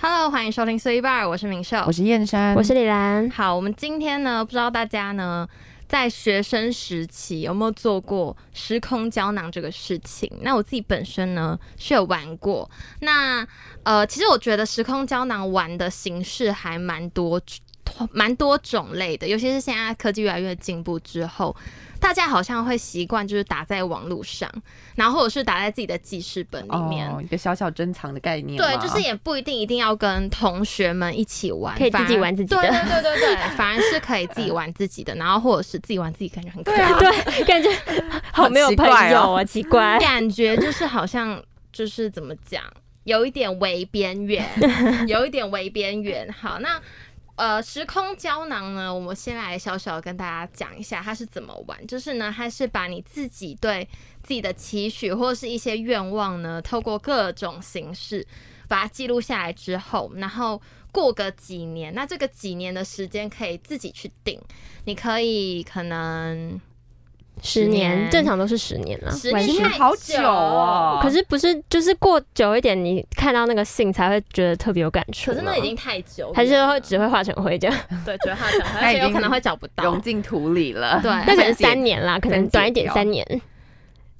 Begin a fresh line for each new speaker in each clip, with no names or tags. Hello，欢迎收听 C Bar，我是明秀
我。是燕山，
我是李兰，
好，我们今天呢，不知道大家呢在学生时期有没有做过时空胶囊这个事情？那我自己本身呢是有玩过。那呃，其实我觉得时空胶囊玩的形式还蛮多。蛮多种类的，尤其是现在科技越来越进步之后，大家好像会习惯就是打在网络上，然后或者是打在自己的记事本里面。
哦、一个小小珍藏的概念嘛，
对，就是也不一定一定要跟同学们一起玩，
可以自己
反而
玩自己的
对对对对对，反而是可以自己玩自己的，然后或者是自己玩自己，感觉很可爱。
对，啊感觉好没有
奇
朋
怪哦
友啊，奇怪。
感觉就是好像就是怎么讲，有一点微边 缘，有一点微边缘。好，那呃，时空胶囊呢，我们先来小小地跟大家讲一下它是怎么玩。就是呢，它是把你自己对自己的期许或是一些愿望呢，透过各种形式把它记录下来之后，然后。过个几年，那这个几年的时间可以自己去定，你可以可能
十年
年
正常都是十年啊，
十
完
年
全
太
好久哦。
可是不是就是过久一点，你看到那个信才会觉得特别有感触
可
吗。
是那已经太久了，
还是会只会化成灰 这样，
对，觉得他 想，
那
而
已
且有可
经
能会找不到
融。进土里了。
对，
那可能
分解
三年啦，可能
分解
短一点
掉
三年，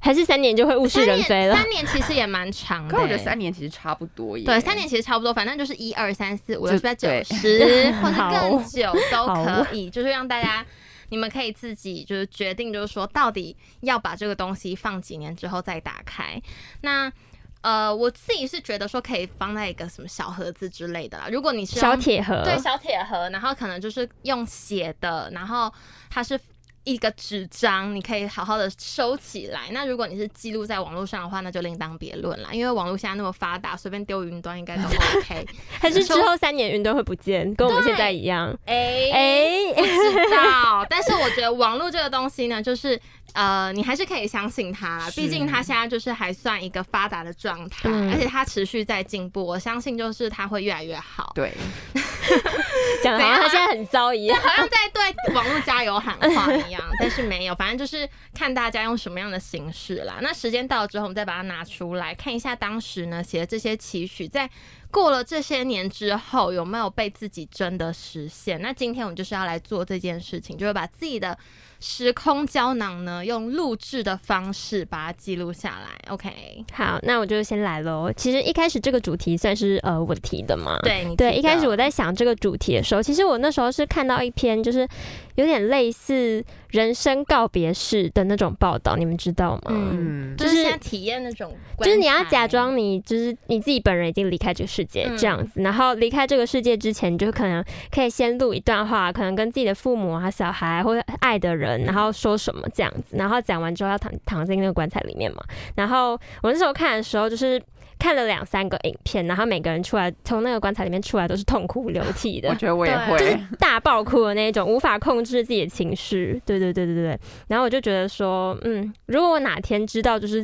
还是三年就会物是
三
人
年
非了。
三年其实也蛮长的、
可我觉得三年其实差不多耶。
对三年其实差不多，反正就是一二三四五六
就
七八九
对
十，或者
好
更久都
好
可以，就是让大家。你们可以自己就是决定，就是说到底要把这个东西放几年之后再打开。那呃，我自己是觉得说可以放在一个什么小盒子之类的啦。如果你是要
小铁盒，
对，小铁盒，然后可能就是用写的，然后它是一个纸张，你可以好好的收起来。那如果你是记录在网络上的话，那就另当别论啦，因为网络现在那么发达，随便丢云端应该都 OK。
还是之后三年云都会不见，跟我们现在一样。
哎、
哎，
知道，但是我觉得网络这个东西呢，就是呃，你还是可以相信它啦，
是
毕竟它现在就是还算一个发达的状态，
嗯
而且它持续在进步，我相信就是它会越来越好。
对，
讲的
怎样啊
好像他现在很 糟一样。
好像在对网络加油喊话一样，但是没有，反正就是看大家用什么样的形式啦。那时间到了之后，我们再把它拿出来看一下，当时呢写的这些期许，在过了这些年之后，有没有被自己真的实现？那今天我们就是要来做这件事情，就是把自己的时空胶囊呢，用录制的方式把它记录下来。OK，
好，那我就先来喽。其实一开始这个主题算是呃我提的嘛，
对你
对，
提
一开始
的
我在想这个主题的时候，其实我那时候是看到一篇就是有点类似人生告别式的那种报道，你们知道吗？
嗯，
嗯，
就
就是是
现在体验那种，
就是你要假。装你就是你自己本人已经离开这个世界
嗯
这样子，然后离开这个世界之前，你就可能可以先录一段话，可能跟自己的父母啊、小孩或者爱的人，然后说什么这样子，然后讲完之后要躺躺进那个棺材里面嘛。然后我那时候看的时候就是。看了两三个影片，然后每个人出来从那个棺材里面出来都是痛哭流涕的
我，觉得我也
对
就是
会。
大爆哭的那一种，无法控制自己的情绪。对对对对对对。然后我就觉得说，嗯，如果我哪天知道就是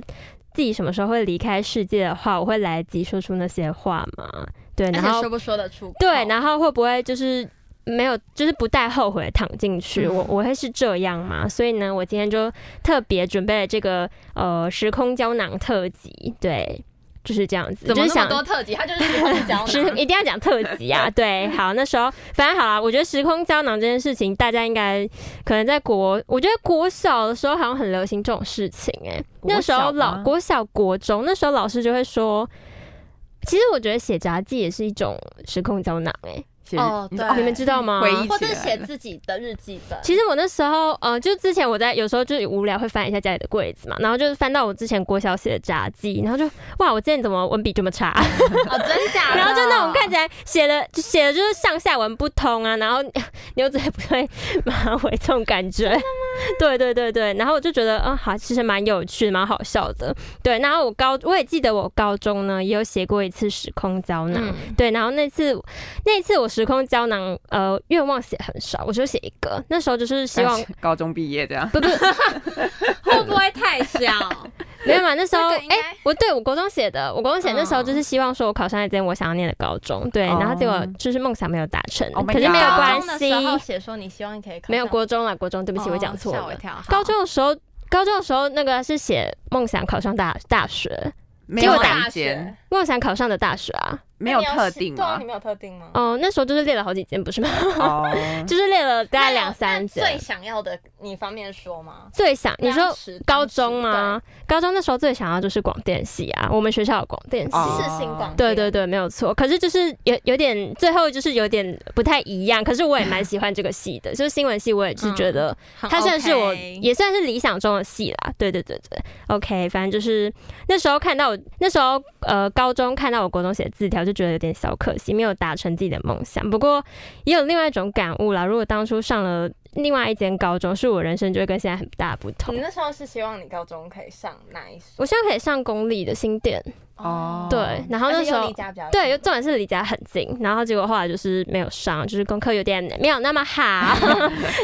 自己什么时候会离开世界的话，我会来得及说出那些话嘛？对，
而
然
且
后
说不说得出口？
对，然后会不会就是没有，就是不带后悔躺进去？
嗯
我我会是这样嘛？所以呢，我今天就特别准备了这个呃时空胶囊特辑，对，就是这样子，
怎么
就是
那么
想
多特辑？它就是时空胶
是
囊。
一定要讲特辑啊， 对，好，那时候反正好啦，我觉得时空胶囊这件事情，大家应该可能在国，我觉得国小的时候好像很流行这种事情、欸，哎，
国
那时候
小吗
老国小国中那时候老师就会说，其实我觉得写杂记也是一种时空胶囊、欸，
其实
哦对
哎、你们知道吗？
回忆
或
起
者
来
写
了
自己的日记本。
其实我那时候，呃，就之前我在有时候就是无聊会翻一下家里的柜子嘛，然后就是翻到我之前国小写的杂记，然后就哇，我之前怎么文笔这么差？
哦，真假的？
然后就那种 看起来写的就写 的就是上下文不通啊，然后牛仔不对马尾这种感觉。 对对对对，然后我就觉得，嗯，好，其实蛮有趣，蛮好笑的。对，然后我高，我也记得我高中呢也有写过一次时空胶囊。
嗯，
对，然后那次，那次我时空胶囊，呃，愿望写很少，我就写一个。那时候就是希望，
高中毕业这样。
不不，
会不会太 小？
没有嘛，那时候，
这
哎、
个应该
我对我国中写的，我国中写那时候就是希望说我考上一间我想要念的高中，对，然后结果
哦
就是梦想没有达成
Oh my
可是哦没有
高
关
高中的
系
时，候写说你希望你可以考
没有
上
国中了，国中，对不起，
哦
我讲错
吓我
了
一。跳。好
高中的时候，高中的时候那个是写梦想考上大大学，
没
结
有
果打
哪一间，
梦想考上的大学啊。
没有
那你
特
写
定
对啊
吗
你？没有特定吗？
哦，那时候就是列了好几间，不是吗？
哦，
就是列了大概
那有
两三
嗯那
间。
最想要的，你方便说吗？
最想你说
当时
高中吗？？高中那时候最想要就是广电系啊，我们学校有广电系。
当
哦
时世新广电
嗯对对，对，没有错。可是就是有有点，最后就是有点不太一样。可是我也蛮喜欢这个系的， 就是新闻系，我也是觉得
嗯很
它算是我
OK
也算是理想中的戏啦。对对对对，OK，反正就是那时候看到我那时候呃高中看到我国中写的字条，就觉得有点小可惜，没有达成自己的梦想。不过也有另外一种感悟啦，如果当初上了另外一间高中，是我人生就会跟现在很大不同
你。那时候是希望你高中可以上哪一所？
我希望可以上公立的新店，
哦
对，然后
而
那
且
时
又
候
离家比较
对，又
近
重点是离家很近，然后结果后来就是没有上，就是功课有点没有那 么好，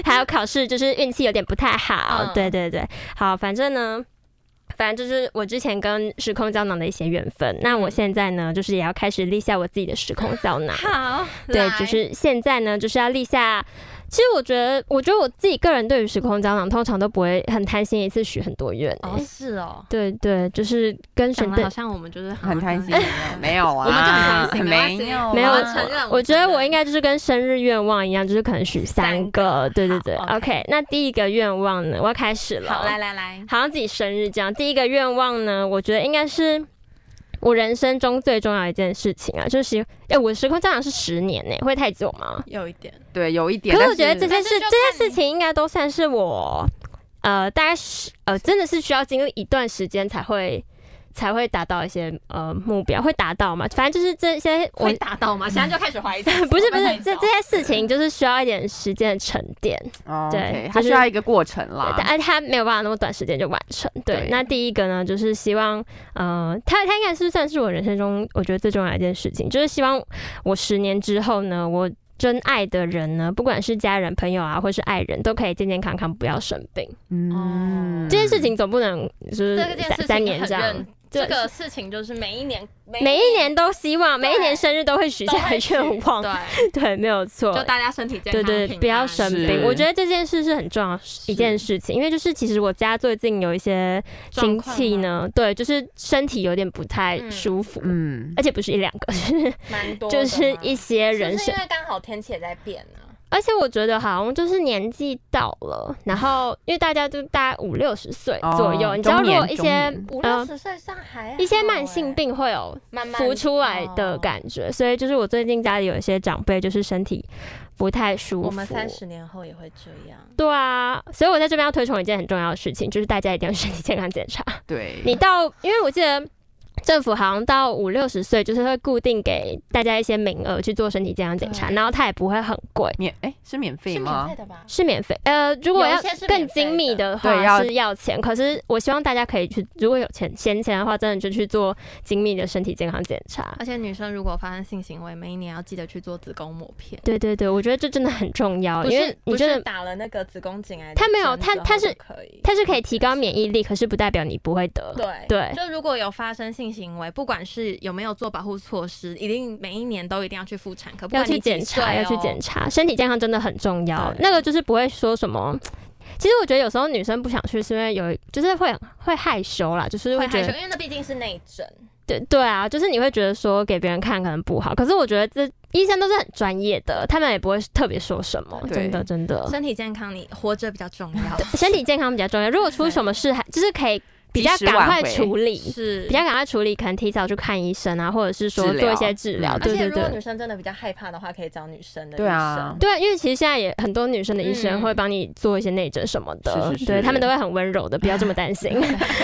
还有考试就是运气有点不太好。
嗯
对对对，好，反正呢。反正就是我之前跟时空胶囊的一些缘分，那我
嗯
现在呢，就是也要开始立下我自己的时空胶 囊。
好，
对，
来
只是现在呢，就是要立下。其实我觉得，我觉得我自己个人对于时空胶囊，通常都不会很贪心，一次许很多愿、欸。
哦是哦，
对对，就是跟神
讲的
对
好像我们就是，
很贪 心 没有啊，
我们就很贪心没关
没
系
有啊，
没有
我承认
我觉得我应
该
该就是跟生日愿望一样，就是可能许三
三
个，
个
对对对。
好
OK，, 那第一个愿望呢，我要开始了。
好，来，来来，
好像自己生日这样。第一个愿望呢，我觉得应该是我人生中最重要的一件事情啊，就是哎、诶我的时空胶囊是十年呢、会太久吗？
有一点
对，有一点。
可是我
但
觉得这件
但
事
是就
这
看
件事情应该都算是我呃，大概是呃，真的是需要经历一段时间才会。才会达到一些呃目标，会达到嘛？反正就是这些我
会达到吗？现在就开始怀疑自 己，
不是
会
不
会
是
太，
这
早
这些事情就是需要一点时间的沉 淀，
哦
对
OK，
就是
它需要一个过程
对
啦，。
但他没有办法那么短时间就完成。对，
对
那第一个呢，就是希望，呃，他他应该是算是我人生中我觉得最重要的一件事情，就是希望我十年之后呢，我真爱的人呢，不管是家人、朋友啊，或是爱人，都可以健健康康，不要生病。
嗯，
这件事情总不能就是
这件
三
事情
三年
很
这样
认。这
对
个事情就是每一年
每一年都希望，
对
每一年生日都会许
都
下
会许
愿望，
对，
对，没有错，
就大家身体健
对
康，
对，
平
不要
安啊
生
是
病。我觉得这件事是很重要的一件事情，因为就是其实我家最近有一些亲戚呢，对，就是身体有点不太
嗯哦
舒服，
嗯
而且不是一两个，
蛮多的
就
吗，
是一些
是不
人
是
生
因。为刚好天气也在变呢、
而且我觉得好像就是年纪到了，然
嗯
后因为大家就大概五六十岁左右，
哦
你知道
中
如果
年
一
中
些
年
五六
呃
十岁上还、欸
一些慢性，病会有
慢哦慢
浮出来的感觉，所以就是我最近家里有一些长辈就是身体不太舒服，
我们三十年后也会这样。
对啊，所以我在这边要推崇一件很重要的事情，就是大家一定要身体健康检 查。
对，
你到，因为我记得政府好像到五六十岁，就是会固定给大家一些名额去做身体健康检查，
对
然后它也不会很贵，
免哎是免费
是免
吗
费？的吧？
是免费。呃，如果
有一
要
些是免费的
更精密的话
对要
是要钱，可是我希望大家可以去，如果有钱闲钱的话，真的就去做精密的身体健康检查。
而且女生如果发生性行为，每一年要记得去做子宫抹片，
对对对，我觉得这真的很重要，哦因为你
不是
真的
打了那个子宫颈癌的针
它
之后就可以，
没有它它是
可以，
它是可以提高免疫力，可是不代表你不会得。
对
对
就如果有发生性行为，不管是有没有做保护措施，一定每一年都一定要去妇产科，不
要
管
去
你几
检查，
岁
要去
哦
检查，身体健康真的很重要。
对
那个就是不会说什么。其实我觉得有时候女生不想去，是因为有就是会会害羞啦，就是
会
会
害
觉
羞，
得
因为那毕竟是内诊，
对对啊，就是你会觉得说给别人看可能不好。可是我觉得这医生都是很专业的，他们也不会特别说什么，
对
真的真的。
身体健康，你活着比较重要。
身体健康比较重要，如果出什么事还就是可以比较
及时
赶
挽
快
回
处理，
是
比较赶快处理，可能提早去看医生啊，或者是说
治疗
做一些治
嗯
疗。
而
对
且
对
如果
对
女。生真的比较害怕的话，可以找女生的医
对啊
生。
对，因为其实现在也很多女生的医生
嗯
会帮你做一些内诊什么的，
是是是
对他们都会很温柔的，不要这么 担心。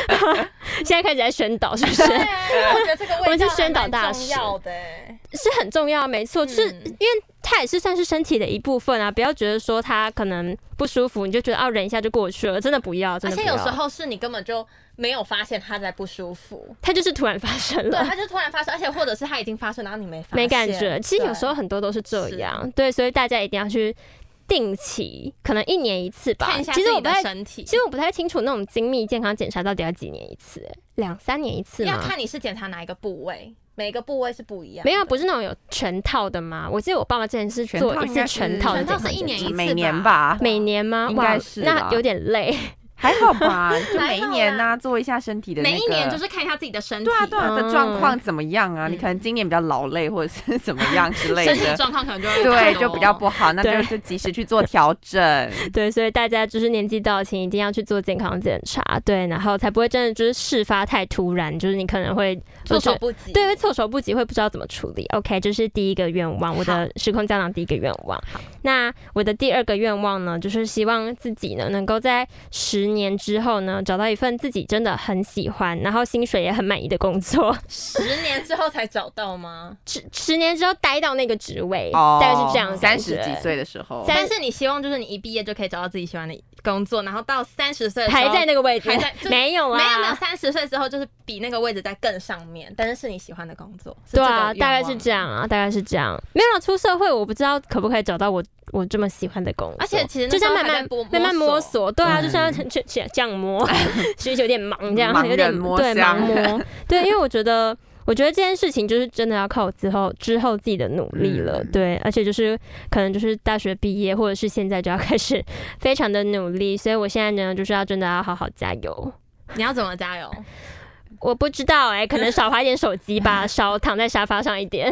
现在开始在宣导，是 不是？
对啊，因为我觉得这个味道
我们是
还
宣导
蛮
大
重
使
要的欸，
是很重要，没错，就是
嗯
因为它也是算是身体的一部分啊，不要觉得说它可能不舒服，你就觉得哦忍一下就过去了，真的不要，真
而
的
且
不要
有时候是你根本就没有发现他在不舒服，
它就是突然发生
对，
了。
他就突然发生，而且或者是他已经发生，然后你没发现
没感觉。其实有时候
对
很多都是这样，对，所以大家一定要去定期，可能一年一次吧
看一。下
其实
自
我
己
不
的
太，
身体，
其实我不太清楚那种精密健康检查到底要几年一次、欸两三年一次
要
吗？
看你是检查哪一个部位，每个部位是不一样的。
没有，不是那种有全套的吗？我记得我爸爸之前是
全
做
套哦
一
应
次
该是
全套的
全
健
套
康
是一
检
年一次，
每年吧
查，每年吗？
应
哇
该，是啦
那有点累。
还好 吧，就每一
还好
年
啦
呢做一下身体的那
每
个，
一年就是看一下自己的身体，
对啊对啊的状况怎么样啊？
嗯
你可能今年比较劳累，或者是怎么样之类
身体
的，
状哦况可能就会
对，
多
就比较不好，那就
对
就及时去做调整。
对，所以大家就是年纪到了，请一定要去做健康检查，对，然后才不会真的就是事发太突然，就是你可能会
措
我觉
手
得
不及。
对，会措手不及，会不知道怎么处理。OK，这是第一个愿望，我的时空胶囊第一个愿望。那我的第二个愿望呢，就是希望自己呢能够在十年之后呢，找到一份自己真的很喜欢，然后薪水也很满意的工作。
十年之后才找到吗？
十十年之后待到那个职位，
哦，
大概是这样的感
三十
觉。
几岁的时候，
在
但是你希望就是你一毕业就可以找到自己喜欢的工作，然后到三十岁的时候
还在那个位置，
还在就是
没有啊，
没有没有，三十岁之后就是比那个位置在更上面，但是是你喜欢的工作。是
对
这个
啊，
愿
大概
望
是这样啊，大概是这样。没有出社会，我不知道可不可以找到我我这么喜欢的工作，
而且其实那
就
时
像
候
慢
还
慢
在摸
慢慢摸
摸
索，对啊，
嗯
就像这这这这样摸， 其实有点忙这样，
盲
有点
人摸
对盲
象
摸，对，因为我觉得。我觉得这件事情就是真的要靠我之后之后自己的努力了，
嗯
对，而且就是可能就是大学毕业或者是现在就要开始非常的努力，所以我现在呢就是要真的要好好加油。
你要怎么加油？
我不知道哎、可能少花一点手机吧，少躺在沙发上一点，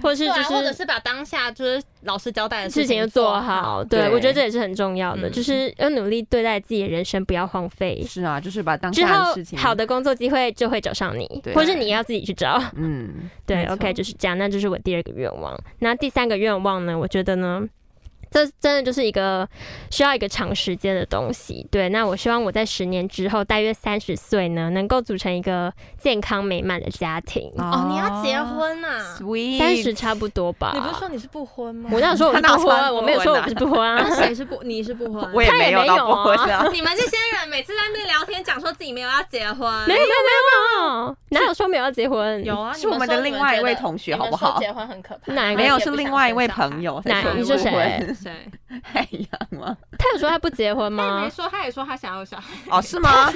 或者是
对
就
啊，
是、
或者是把当下就是老师交代的
事情就做
做。
好。对，我觉得这也是很重要的，
嗯
就是要努力对待自己的人生，不要荒废。
是啊，就是把当
之
下的
后
事情
好，的工作机会就会找上你，
对
或是你要自己去找。
嗯，
对
没错
，OK，就是这样。那这是我第二个愿望。那第三个愿望呢？我觉得呢，这真的就是一个需要一个长时间的东西。对，那我希望我在十年之后，大约三十岁呢，能够组成一个健康美满的家庭。
哦，你要结婚啊？
，sweet，
三十差不多吧？
你不是说你是不婚吗？
我那时候我是
他哪
不婚，
算
我没有说我
不婚啊
不是不婚啊。
那谁是不？你是不婚？
我也
他也
没有
没有
到不婚啊，
你们这些人每次在那边聊天，讲说自己没有要结婚
没，有没有没有没有，哪有说没有要结婚？
有 啊，
是
你
我们
说
的
你
另外一
觉
位
得
同学
你们
好不好
说结婚很可怕，
哪一
然后
个
没有
也
是
不
另
想
外一
生
位
小孩
朋友才
哪
说
你说
不
谁
婚
谁？
太阳吗？
他有说他不结婚
他也 没
吗？
说，他也说他想要有小孩，
哦，是吗？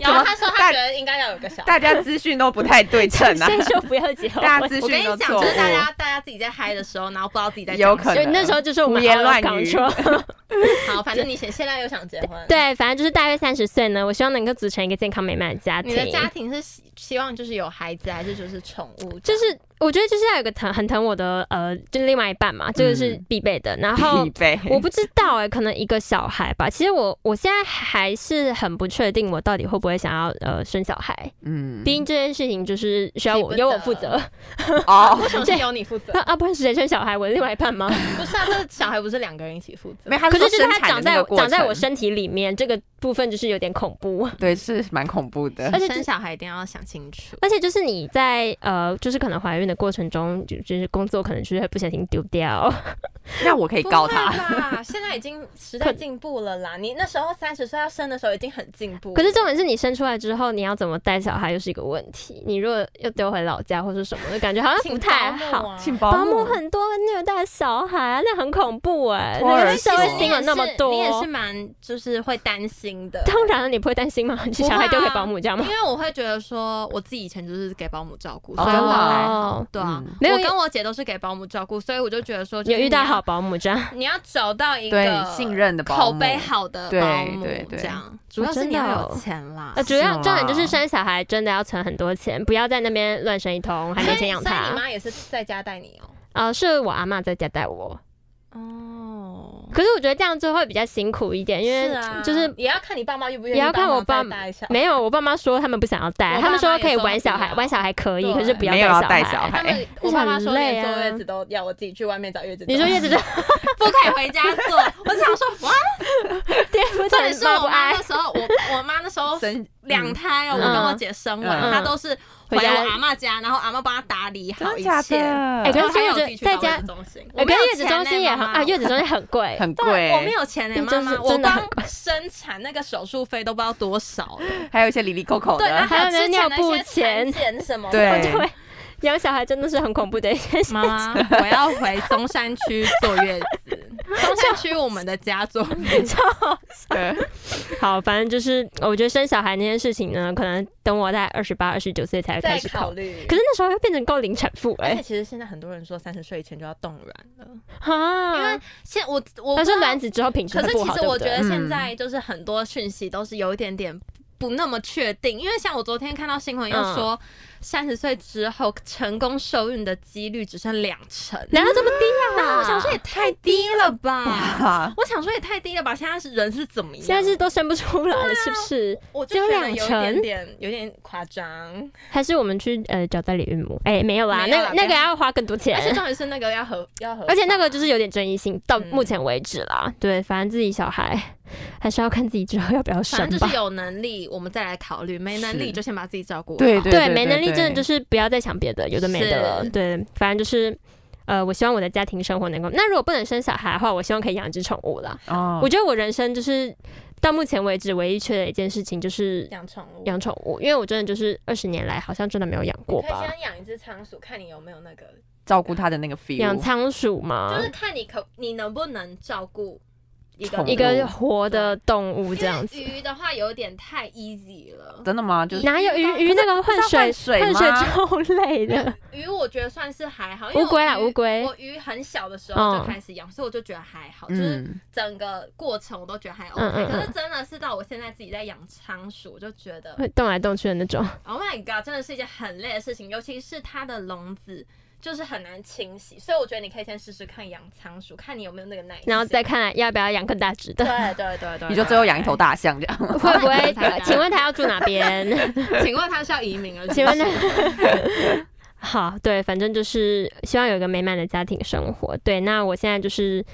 然后他说他
大
觉得应该要有个小孩。
大家资讯都不太对称啊
所，以说不要结婚。
大家资
我跟
讯
你
都
讲，
错
就
误
是。大家大家自己在嗨的时候，然后不知道自己在讲
有可
所以
能
那时候就是我们
胡言乱语
control
什么好，反正你现现在又想结婚，，
对，反正就是大约三十岁呢，我希望能够组成一个健康美满的家
你
庭。
的家庭是希希望就是有孩子，还是就是宠物？
就是我觉得就是要有个疼很疼我的呃，就另外一半嘛，这个是
嗯
必备的。然后
必备，
我不知道哎、可能一个小孩吧。其实我我现在还是很不确定，我到底会不会想要呃生小孩。
嗯
毕竟这件事情就是需要我
舍不得
由我负责。
哦，
为什么是由你负责
那？ 啊，不然是谁生小孩？我的另外一半吗？
不是啊，这小孩不是两个人一起负责
没，，他
可是
说
就是
生
它
产
长
的那
在
个
我
过
长在
程
我身体里面，这个部分就是有点恐怖。
对，是蛮恐怖的
而。且
生小孩一定要想清楚。
而且就是你在呃，就是可能怀孕的过程中，就就是工作可能就是会不小心丢掉。
嗯那我可以告他，
不会 吧？现在已经时代进步了啦，你那时候三十岁要生的时候已经很进步了。
可是重点是你生出来之后，你要怎么带小孩又是一个问题。你如果又丢回老家或是什么，就感觉好像
请
不太
保姆
好。
啊
请
保
保
姆很多虐待小孩啊，那很恐怖哎、
托
那个
儿
社
所
会
其实
新闻那么多，
你也是蛮就是会担心的。
当然了，你不会担心吗？你
不
小孩
会
丢给
啊
保姆这样
因
吗？
为我会觉得说，我自己以前就是给保姆照顾，
哦
所以我还好
哦。
对啊
嗯，
没有
我跟我姐都是给保姆照顾，所以我就觉得说，
有遇到好
好，
保姆这样，
你要找到一个
对信任的保
口
姆
碑好的
对
保姆
对，对
这样主要是
真
你
的
要
哦
有钱啦
呃，。主要
是
重点就是
啦
生小孩真的要存很多钱，不要在那边乱生一通，还
所
没
以
钱养
所以你
他。
妈也是在家带你哦。
呃，是我阿嬷在家带我，
哦，
可是我觉得这样就会比较辛苦一点，因
是
为
啊
就是。
也要看你爸妈愿不愿意
也要看我爸
帮忙再带小孩
没有，我爸妈说他们不想要带
我，爸
他们说
妈也
可以
说
玩小孩，
不要
玩小孩可以，
对
可是不要
没有要带
小
小孩
哎他们我爸妈说连坐月子都要我自 己去外面找月子中
啊你
心。
说叶子这
不可以回家坐？我想说，哇，
颠覆
重
会突然
点是
妈哎
我
不
妈
爱
那，时候，我我妈那时候
真
两胎哦，我
嗯
跟我姐生完，
嗯
她都是回
回家
我阿妈家，然后阿妈帮她打理好
真
一
假
切。
的？
哎
然后
可是
还
我
有
觉得
自己去
在
找
家
月子中心，
哎
我没
跟
有
月子
钱
中
呢
心也
妈
很
妈
啊，月子中心很贵，
很
对，
贵，
我没有钱呢，
对
妈
就是
妈，我
真的很
光
贵
生产那个手术费都不知道多少了。
还有一些里里扣扣
对，然啊后
的，
有
还有
之前
尿
的
布
一些
钱
产检什么的。
我
对
就会养小孩真的是很恐怖的一件 事。
妈妈，我要回中山区坐月子。 中山区我们的家坐月子，
对，
好，反正就是我觉得生小孩那件事情呢，可能等我在二十八、二十九岁才开
再
始考
考
虑。
虑。
可是那时候又变成高龄产妇
而且
哎、
其实现在很多人说三十岁以前就要冻卵了，因
哈
为，现我我
他
不知
说
道
卵子之后品质
可
会
是
不
其
好，
实我觉得
对不对
对
现在就是很多讯息都是有一点点不那么确定，因为像我昨天看到新闻又说，三十岁之后成功受孕的几率只剩两成，
难道这么低啊？
然后我想说也太低了吧。
啊，
我想说也太低了吧！现在是人是怎么样？啊
现在是都生不出来了，是不是？
我
只
就
有
觉得有
两
一
成
点点有点夸张，
还是我们去呃找代理孕母？哎、没有啦，
没有
那
啦
个那个要花更多 钱
而，且重点是那个要合要合法，
而且那个就是有点争议性，到
嗯
目前为止啦。对，反正自己小孩还是要看自己之后要不要生
反正就
吧
是。有能力我们再来考虑，没能力
是
就先把自己照顾好。
对对
没能力真的就是是不要再想别的，有的没的了。
是
对，反正就是呃，我希望我的家庭生活能够。那如果不能生小孩的话，我希望可以养一只宠物啦。
哦
我觉得我人生就是到目前为止唯一缺的一件事情就是
养宠物，
养宠物，因为我真的就是二十年来好像真的没有养过
你可以
吧。
先养一只仓鼠，看你有没有那个
照顾他的那个 feel，
养仓鼠嘛，
就是看你可你能不能照顾一个
宠物
一个活的动物这样子。
因为鱼的话有点太 easy 了，
真的吗？就是
哪有
可是
鱼鱼那个换水
换水
换
吗
水超累的，
鱼我觉得算是还好，因为
乌龟啦
我鱼
乌龟，嗯
我鱼很小的时候就开始养，所以我就觉得还好，就是
嗯，
整个过程我都觉得还 OK、
嗯嗯嗯
可是真的是到我现在自己在养仓鼠，我就觉得
会动来动去的那种。
Oh my god，真的是一件很累的事情，尤其是它的笼子就是很难清洗，所以我觉得你可以先试试看养仓鼠，看你有没有那个耐心，
然后再看要不要养更大只的，
对啊对对对，？
你就最后养一头大象这样，
会不会请问他要住哪边？
对。请问它是要移民了？
请问呢？ 好，对，反正就是希望有一个美满的家庭生活。对，那我现在就是。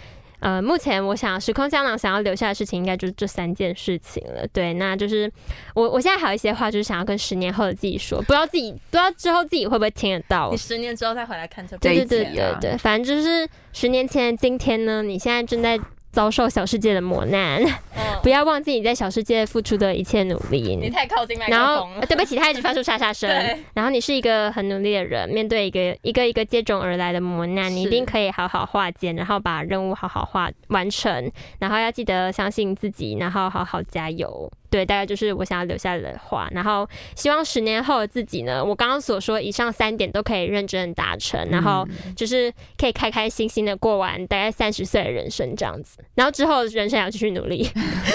呃，目前我想时空胶囊想要留下的事情，应该就是这三件事情了。对，那就是我我现在还有一些话，就是想要跟十年后的自己说，不知道自己不知道之后自己会不会听得到
你。十年之后再回来看这部
这
对
一
对
剧，
对
集啊
对对，反正就是十年前的今天呢，你现在正在遭受小世界的磨难，
嗯
不要忘记你在小世界付出的一切努力。
你太靠近麦克
然后
风
呃
了。
对不起，他一直发出沙沙声
对。
然后你是一个很努力的人，面对一个一个一个接踵而来的磨难，你一
是
定可以好好化解，然后把任务好好化完成。然后要记得相信自己，然后好好加油。对，大概就是我想要留下的话。然后希望十年后的自己呢，我刚刚所说以上三点都可以认真地达
嗯
成，然后就是可以开开心心的过完大概三十岁的人生这样 子。然后之后人生也要继续努力。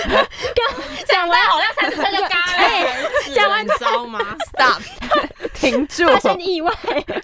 呃
讲完
好像三十岁就嘎
哎
了，
讲完
你知道 吗？
stop 停住，
发生意外。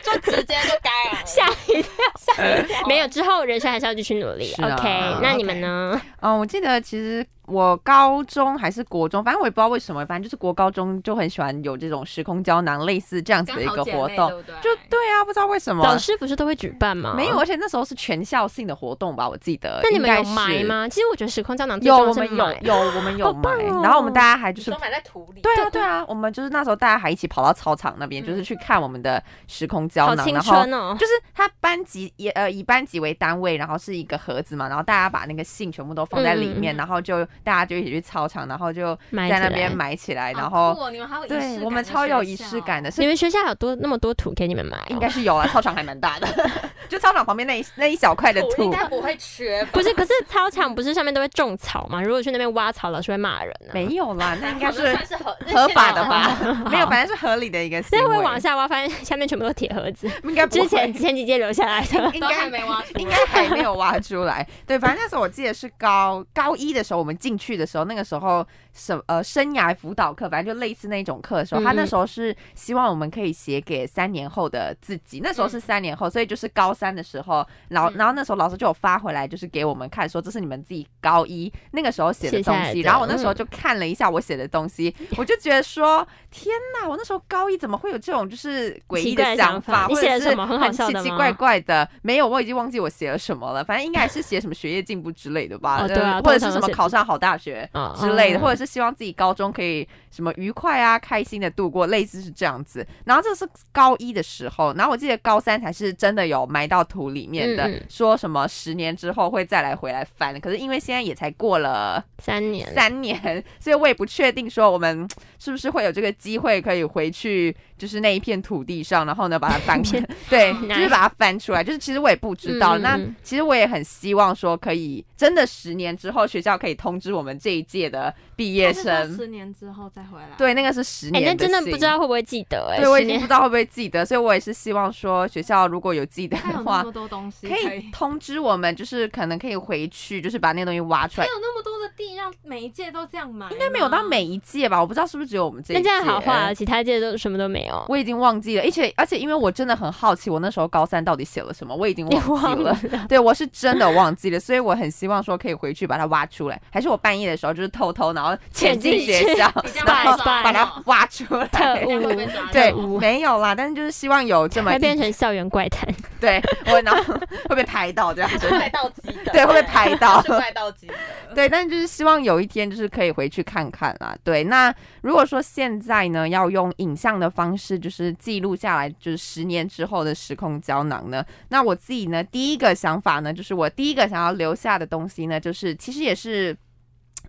就直接就嘎 了。
吓一跳，吓一跳。没有，之后人生还是要继续努力。
哦是啊
OK，那你们呢？
嗯，我记得其实我高中还是国中，反正我也不知道为什么，反正就是国高中就很喜欢有这种时空胶囊类似这样子
刚
的一
好
个
姐
活
妹，
动。
对不对？
就对啊，不知道为什
老
么
师不是都会举办吗？
没有，。而且那时候是全校性的活动吧，我记得。
那你们有
应该是
买？吗？其实我觉得时空胶囊最
有，
重
我
要是
们有
买。
有我们有
好棒
买
哦，
然后我们大家还就是
都埋在土里。
对啊，对啊，我们就是那时候大家还一起跑到操场那边，
嗯
就是去看我们的时空胶
好
囊，
青
然后
春哦！
就是他班级也呃以班级为单位，然后是一个盒子嘛，然后大家把那个信全部都放在里
嗯
面，
嗯嗯
然后就大家就一起去操场，然后就
买
在那
起来
边埋起来，
好
然后
酷哦你们好有仪式感
对
的哦
我们超有仪式感的，所
你
以
们学校有多那么多图给你们买哦？
应该是有啊，操场还蛮大的， 就操场旁边那一那一小块的
学校，土哦应
土。
该不会缺吧？
不是，可是操场不是上面都会种草吗？如果去那边挖草，老师会骂人啊呢。
没有啦， 那应 该
好
是
像算是合
合法
那现
的？
在好像
吧？没有，反正是合理的一 个
所
行
以会
为。
往下挖，发现下面全部都铁盒子，
应该不
之
会
前前几届留下来 的。
应
都还
该
没挖 出
应
来。
该还没有挖出来。对，反正那时候我记得是高高一的时候，我们进去的时候，那个时候什呃生涯辅导课，反正就类似那种课的时候，他
嗯
那时候是希望我们可以写给三年后的自己。那时候是三年后，所以就是高三的时候，老
嗯
然后那时候老师就有发回来，就是给我们看说这是你们自己高一那个时候写的
写下
东
来
西。
的
然后我那时候
嗯
就看了一下我写的东西，我就觉得说天哪，我那时候高一怎么会有这种就是诡
奇
异
怪的
想
想法
或
你写
者
了
是
什么很好笑
奇
的
奇
吗
怪怪的。没有，我已经忘记我写了什么了，反正应该是写什么学业进步之类的吧，
哦对啊
呃或者
通
是
常
什
都
么
是
考上好大学。
啊
之类的，或者是希望自己高中可以什么愉快啊、开心的度过，类似是这样子。然后这是高一的时候，然后我记得高三才是真的有埋到土里面的，
嗯嗯
说什么十年之后会再来回来翻。可是因为现在也才过了
三年，哎
三年，所以我也不确定说我们是不是会有这个机会可以回去，就是那一片土地上，然后呢把它 翻
片，
对，
哪
就是把它翻出来。就是其实我也不知道，
嗯嗯
那
嗯
其实我也很希望说可以真的十年之后，学校可以通知我们这一届的毕
哦
业生。
十年之后再回来。
对，那个是十
哎、
年的、
那真的不知。道会不会记得哎、
对，我
十
已经
年
不知道会不会记得，所以我也是希望说学校如果有记得
它有
的
那
话
么，多东西
可以通知我们，就是可能可以回去，就是把那个东西挖出
还
来
有。那么多的地，让每一届都这样买吗，应
应该没有到每一届吧，我不知道是不是只有我们这一
那
届。
这样好坏了，其他届都什么都没有。
我已经忘记了，而且而且因为我真的很好奇，我那时候高三到底写了什么，我已经
你
忘记了。对，我是真的忘记了，所以我很希望说可以回去把它挖出来，还是我半夜的时候就是偷偷然后潜进
潜进去
学校，
比较
然后
好
把它挖出
特
来
务。
这样会被抓到
对，
务
没有啦，但是就是希望有这么
会
一
变成校园怪谈，
对我，然后会被拍到 这样子
是。怪盗级的，
对会被拍到
是怪盗级的。
对，但是就是希望有一天就是可以回去看看啦。对，那如果说现在呢，要用影像的方式，就是记录下来，就是十年之后的时空胶囊呢，那我自己呢，第一个想法呢，就是我第一个想要留下的东西呢，就是其实也是。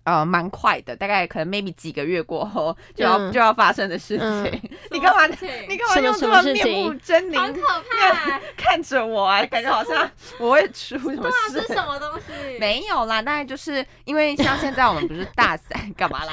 呃，蛮快的，大概可能 maybe 几个月过后就要、
嗯
就要发生的事情。
嗯
你干嘛？你
你
干嘛
什么
用
什
这
么
么
事
面目
情
狰
很可
狞
怕，
看着我啊？感觉好 像我会出什么
对啊，
事？
是什么东西？
没有啦，当然就是因为像现在我们不是大三 干 嘛啦？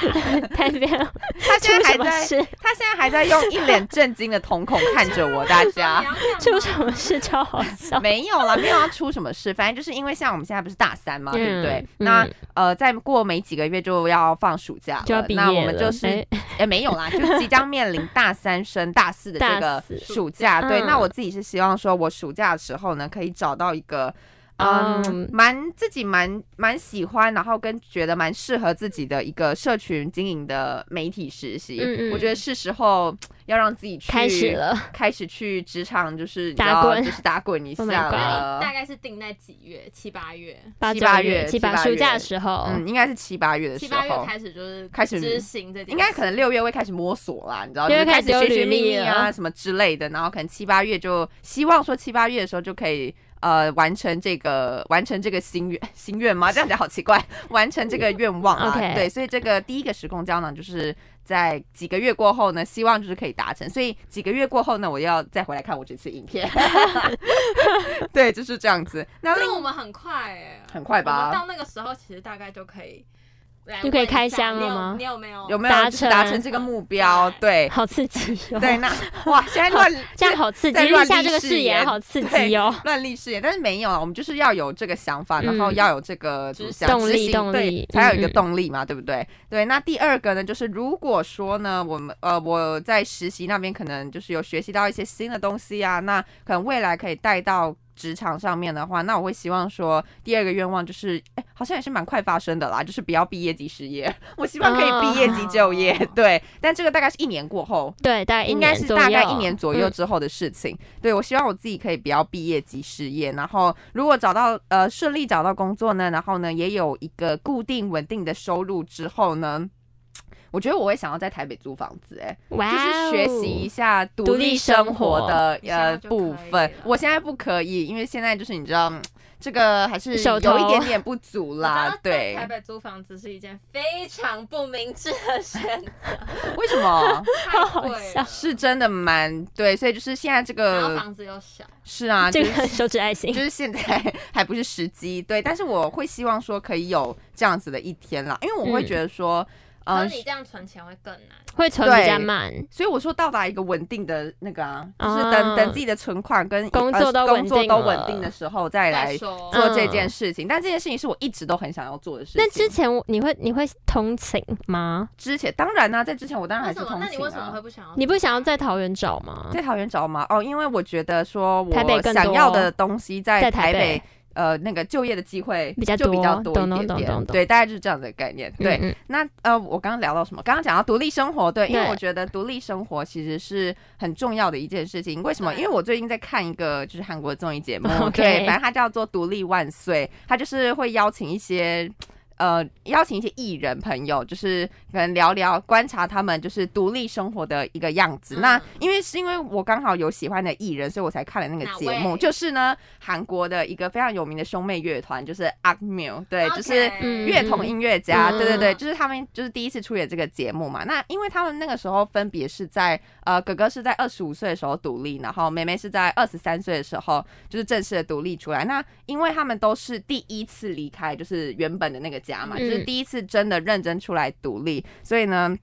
太变了，
他
出
现在
什
还
么
在，
事？
他现在还在用一脸震惊的瞳孔看着我，大
你
家。
要干嘛
出什么事超好笑。
没有啦，没有要出什么事，反正就是因为像我们现在不是大三嘛，对不对
嗯？
那
嗯
呃，再过没几个月就要放暑假
就要
了
毕，业
那我们
了
就是
哎
也没有啦， 就即将面临大三升大四的这
大
个
四
暑假。对，
嗯
那我自己是希望说，我暑假的时候呢，可以找到一个。
嗯
嗯，蛮自己蛮蛮喜欢，然后跟觉得蛮适合自己的一个社群经营的媒体实习，
嗯嗯
我觉得是时候要让自己去
开始，了，
开始去职场就是
打
你知道
滚
就是打滚一
Oh my
下
god
了。
大概是定在几月？七八月，
八
七
九
八
月
月
七
七
八
八
暑
月
假的时候，
嗯，应该是七八月的
七
时
八月
候，
开始就是
开始
执行这件事，
应该可能六月会开始摸索啦，你知道，
六月
就是开
开始
始
丢
寻
履
寻觅
历
觅啊
了
什么之类的，然后可能七八月就希望说七八月的时候就可以呃完成这个完成这个心愿 心愿吗？这样讲好奇怪，完成这个愿望啊
OK
对，所以这个第一个时空胶囊就是。在几个月过后呢，希望就是可以达成，所以几个月过后呢，我要再回来看我这次影片。 对，就是这样子。那另
那我们很快哎、
很快
我们
吧？
到那个时候其实大概就可以来问一下，
就可以开箱了吗
你有你有没有？
有没有就是
达
达
成
成这个目标？ 对
好刺激哦！
对，那哇，现在乱
这样好刺激，
在
立
乱
下
立
这个
誓
誓言
言
好刺
对
激哦。
乱立誓言，但是没有啊，我们就是要有这个想法，
嗯
然后要有这个怎么讲
动力
执行
动
对
力
才有一
嗯
个
嗯
动力嘛，对不对？对，那第二个呢，就是如果说呢，我们呃我在实习那边可能就是有学习到一些新的东西啊，那可能未来可以带到。职场上面的话，那我会希望说，第二个愿望就是，哎、好像也是蛮快发生的啦，就是不要毕业即失业。 我希望可以毕业即就业，
哦
对。但这个大概是一年过后，
对，大概一
哎应该
年
是
左右，
大概一年左右
嗯
之后的事情。对我希望我自己可以不要毕业即失业，然后如果找到呃顺利找到工作呢，然后呢也有一个固定稳定的收入之后呢。我觉得我会想要在台北租房子、哎，
哇
就
哦，
是学习一下
独
独
立
立
生
生活
活
的
你现在
呃
就可
部
以
分
了。
我现在不可以，因为现在就是你知道，嗯这个还是
手
有一
头
点点不足
我知
啦
道。在
对
台，北租房子是一件非常不明智的选 择，
为什么？
太贵了，
是真的蛮对，所以就是现在这
然后
个
房子又小，
是啊，
这
就是
个手指爱心
就，是现在 还不是时机，对，但是我会希望说可以有这样子的一天啦，因为我会
嗯
觉得说，
可
呃
是，你这样存钱会更难。
会存比较
对
慢，
所以我说到达一个稳定的那个啊，就是
啊
等等自己的存款跟
工
呃
作都稳
工作
定
都
了嗯
稳定的时候再
再
来
说，
做这件事情，但这件事情是我一直都很想要做的事情。
那之前我你会你会通勤吗？
之前当然呢、啊在之前我当然
为
还是
什么？
通
那你为
勤
什么
啊
嗯
会。不想要？
你不想要在桃园找吗？
在桃园找吗？哦，因为我觉得说
台北
我
更
想要
多
的东西在
在
台
台
北
北
呃那个就业的机会
比较
就比较
多
多
懂
一
懂
点
懂
点
懂懂
对，大概就是这样的概念。对，
嗯
那呃，我刚刚聊到什么？刚刚讲到独立生活，对，因为
对
我觉得独立生活其实是很重要的一件事情。为什么？
对
因为我最近在看一个就是韩国的综艺 节目
OK
对，反正它叫做《独立万岁》，它就是会邀请一些。呃，邀请一些艺人朋友，就是可能聊聊观察他们就是独立生活的一个样子。
嗯
那因为是因为我刚好有喜欢的艺人，所以我才看了那个
哪
节目。
位
就是呢，韩国的一个非常有名的兄妹乐团，就是 ARMY，对
OK
就是
嗯
乐童音乐家，
嗯
对对对，就是他们就是第一次出演这个节目嘛。那因为他们那个时候分别是在呃哥哥是在二十五岁的时候独立，然后妹妹是在二十三岁的时候就是正式的独立出来。那因为他们都是第一次离开就是原本的那个家嘛，
嗯
就是第一次真的认真出来独立，所以呢。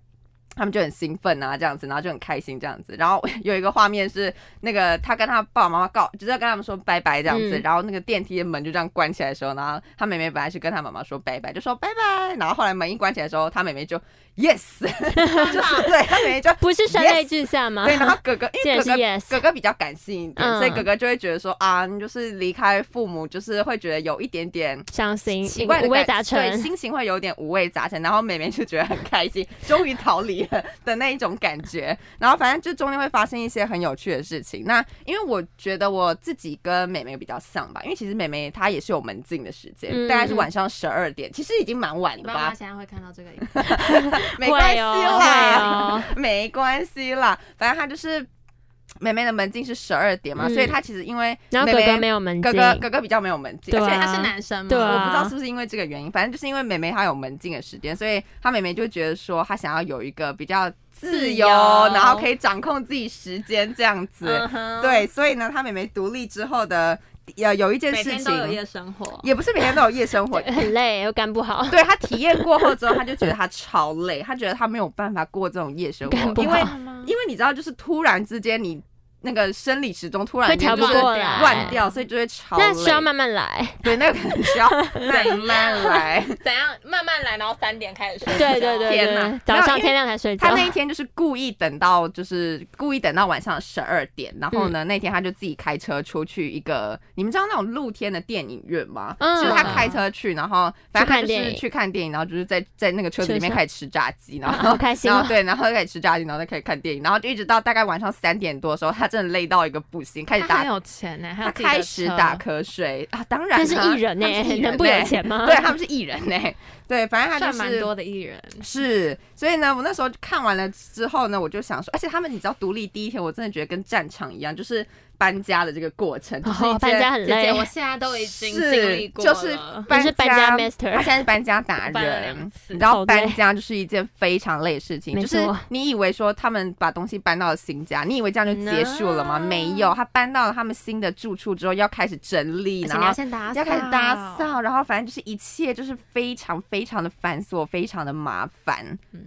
他们就很兴奋啊，这样子，然后就很开心这样子。然后 有一个画面是那个他跟他爸爸妈妈告，就是要跟他们说拜拜这样子。
嗯
然后那个电梯的门就这样关起来的时候，然后他妹妹本来是跟他妈妈说拜拜，就说拜拜。然后后来门一关起来的时候，他妹妹就 yes，就是 对他妹妹就
不是声
Yes
泪俱下吗？
对，然后哥哥因
竟
为
然
哥
是
哥
yes
哥哥比较感性一点，
啊嗯
所以哥哥就会觉得说啊，你就是离开父母，就是会觉得有一点点。
伤心，
奇怪的
五味杂
感对，
陈。
心情会有点五味杂陈。然后妹妹就觉得很开心，终于逃离了的那一种感觉。然后反正就中间会发生一些很有趣的事情。那因为我觉得我自己跟妹妹比较像吧，因为其实妹妹她也是有门禁的时间，
嗯
大概是晚上十二点，其实已经蛮晚
你
的
爸妈
吧，
现在会看到这个影片，
没关系
会哦
啦。
会 哦
没关系啦，反正她就是妹妹的门禁是十二点嘛，
嗯
所以她其实因为
然后
妹
哥
妹
哥没有门禁，
哥哥哥哥比较没有门禁，
对
而且
啊
他是男生吗？
对啊
我不知道是不是因为这个原因，反正就是因为妹妹她有门禁的时间，所以她妹妹就觉得说她想要有一个比较自
自
由，
由
然后可以掌控自己时间这样子。
嗯哼，
对，所以呢，她妹妹独立之后的呃有一件
每
事
天都有
情，
夜生活，
也不是每天都有夜生活，
很累又干不好，
对他体验过后之后，他就觉得他超累，他觉得他没有办法过这种夜生
干不
活，因
好
为因为你知道，就是突然之间你那个生理时钟突然
会
间
调
就
不
是
过
来
乱掉，所以就会超累。
那需要慢慢来。
对，那个可能需要慢慢来。
怎样慢慢来，然后三点开始睡觉。
对对对
天
对
哪，
早
没有
上
因为
天亮才睡觉
他。那一天就是故意等到，就是故意等到晚上十二点，然后
嗯
呢，那天他就自己开车出去一个，你们知道那种露天的电影院吗？
嗯
就是他开车去，然后反正他
去看
就
电
是
影
去看电影，然后就是在在那个车子里面
车上
开始吃炸鸡，然后
好开心
然
哦
后！对，然后就开始吃炸鸡，然后再开始看电影，然后就一直到大概晚上三点多的时候，他真的累到一个不行，开始
他
打
很，有钱呢，还
他
有自己的
开始
车
打瞌睡啊，当然
但
啦，
是艺人呢、
他们是艺
能不有
欸？
钱啊吗？
对，他们是艺人呢、对，反正他
赚
就
蛮
是
多的艺人，
是，所以呢，我那时候看完了之后呢，我就想说，而且他们你知道，独立第一天，我真的觉得跟战场一样，就是搬家的这个过程，就是一
哦，搬
件
家很
姐
累
姐，，我现在都已 经经
是
历过了，
就是
你是搬家
他
master，
现在是搬家达
搬了
人
两，次
你知道
好
搬
累
家就是一件非常累的事情，
没
就是
错
你以为说他们把东西搬到了新家，你以为这样就结束了吗？
No
没有，他搬到了他们新的住处之后，要开始整理，
而且
然
你要
后。
先打扫，
要开始打，扫，然后反正就是一切就是非常非常的繁琐，非常的麻烦。
嗯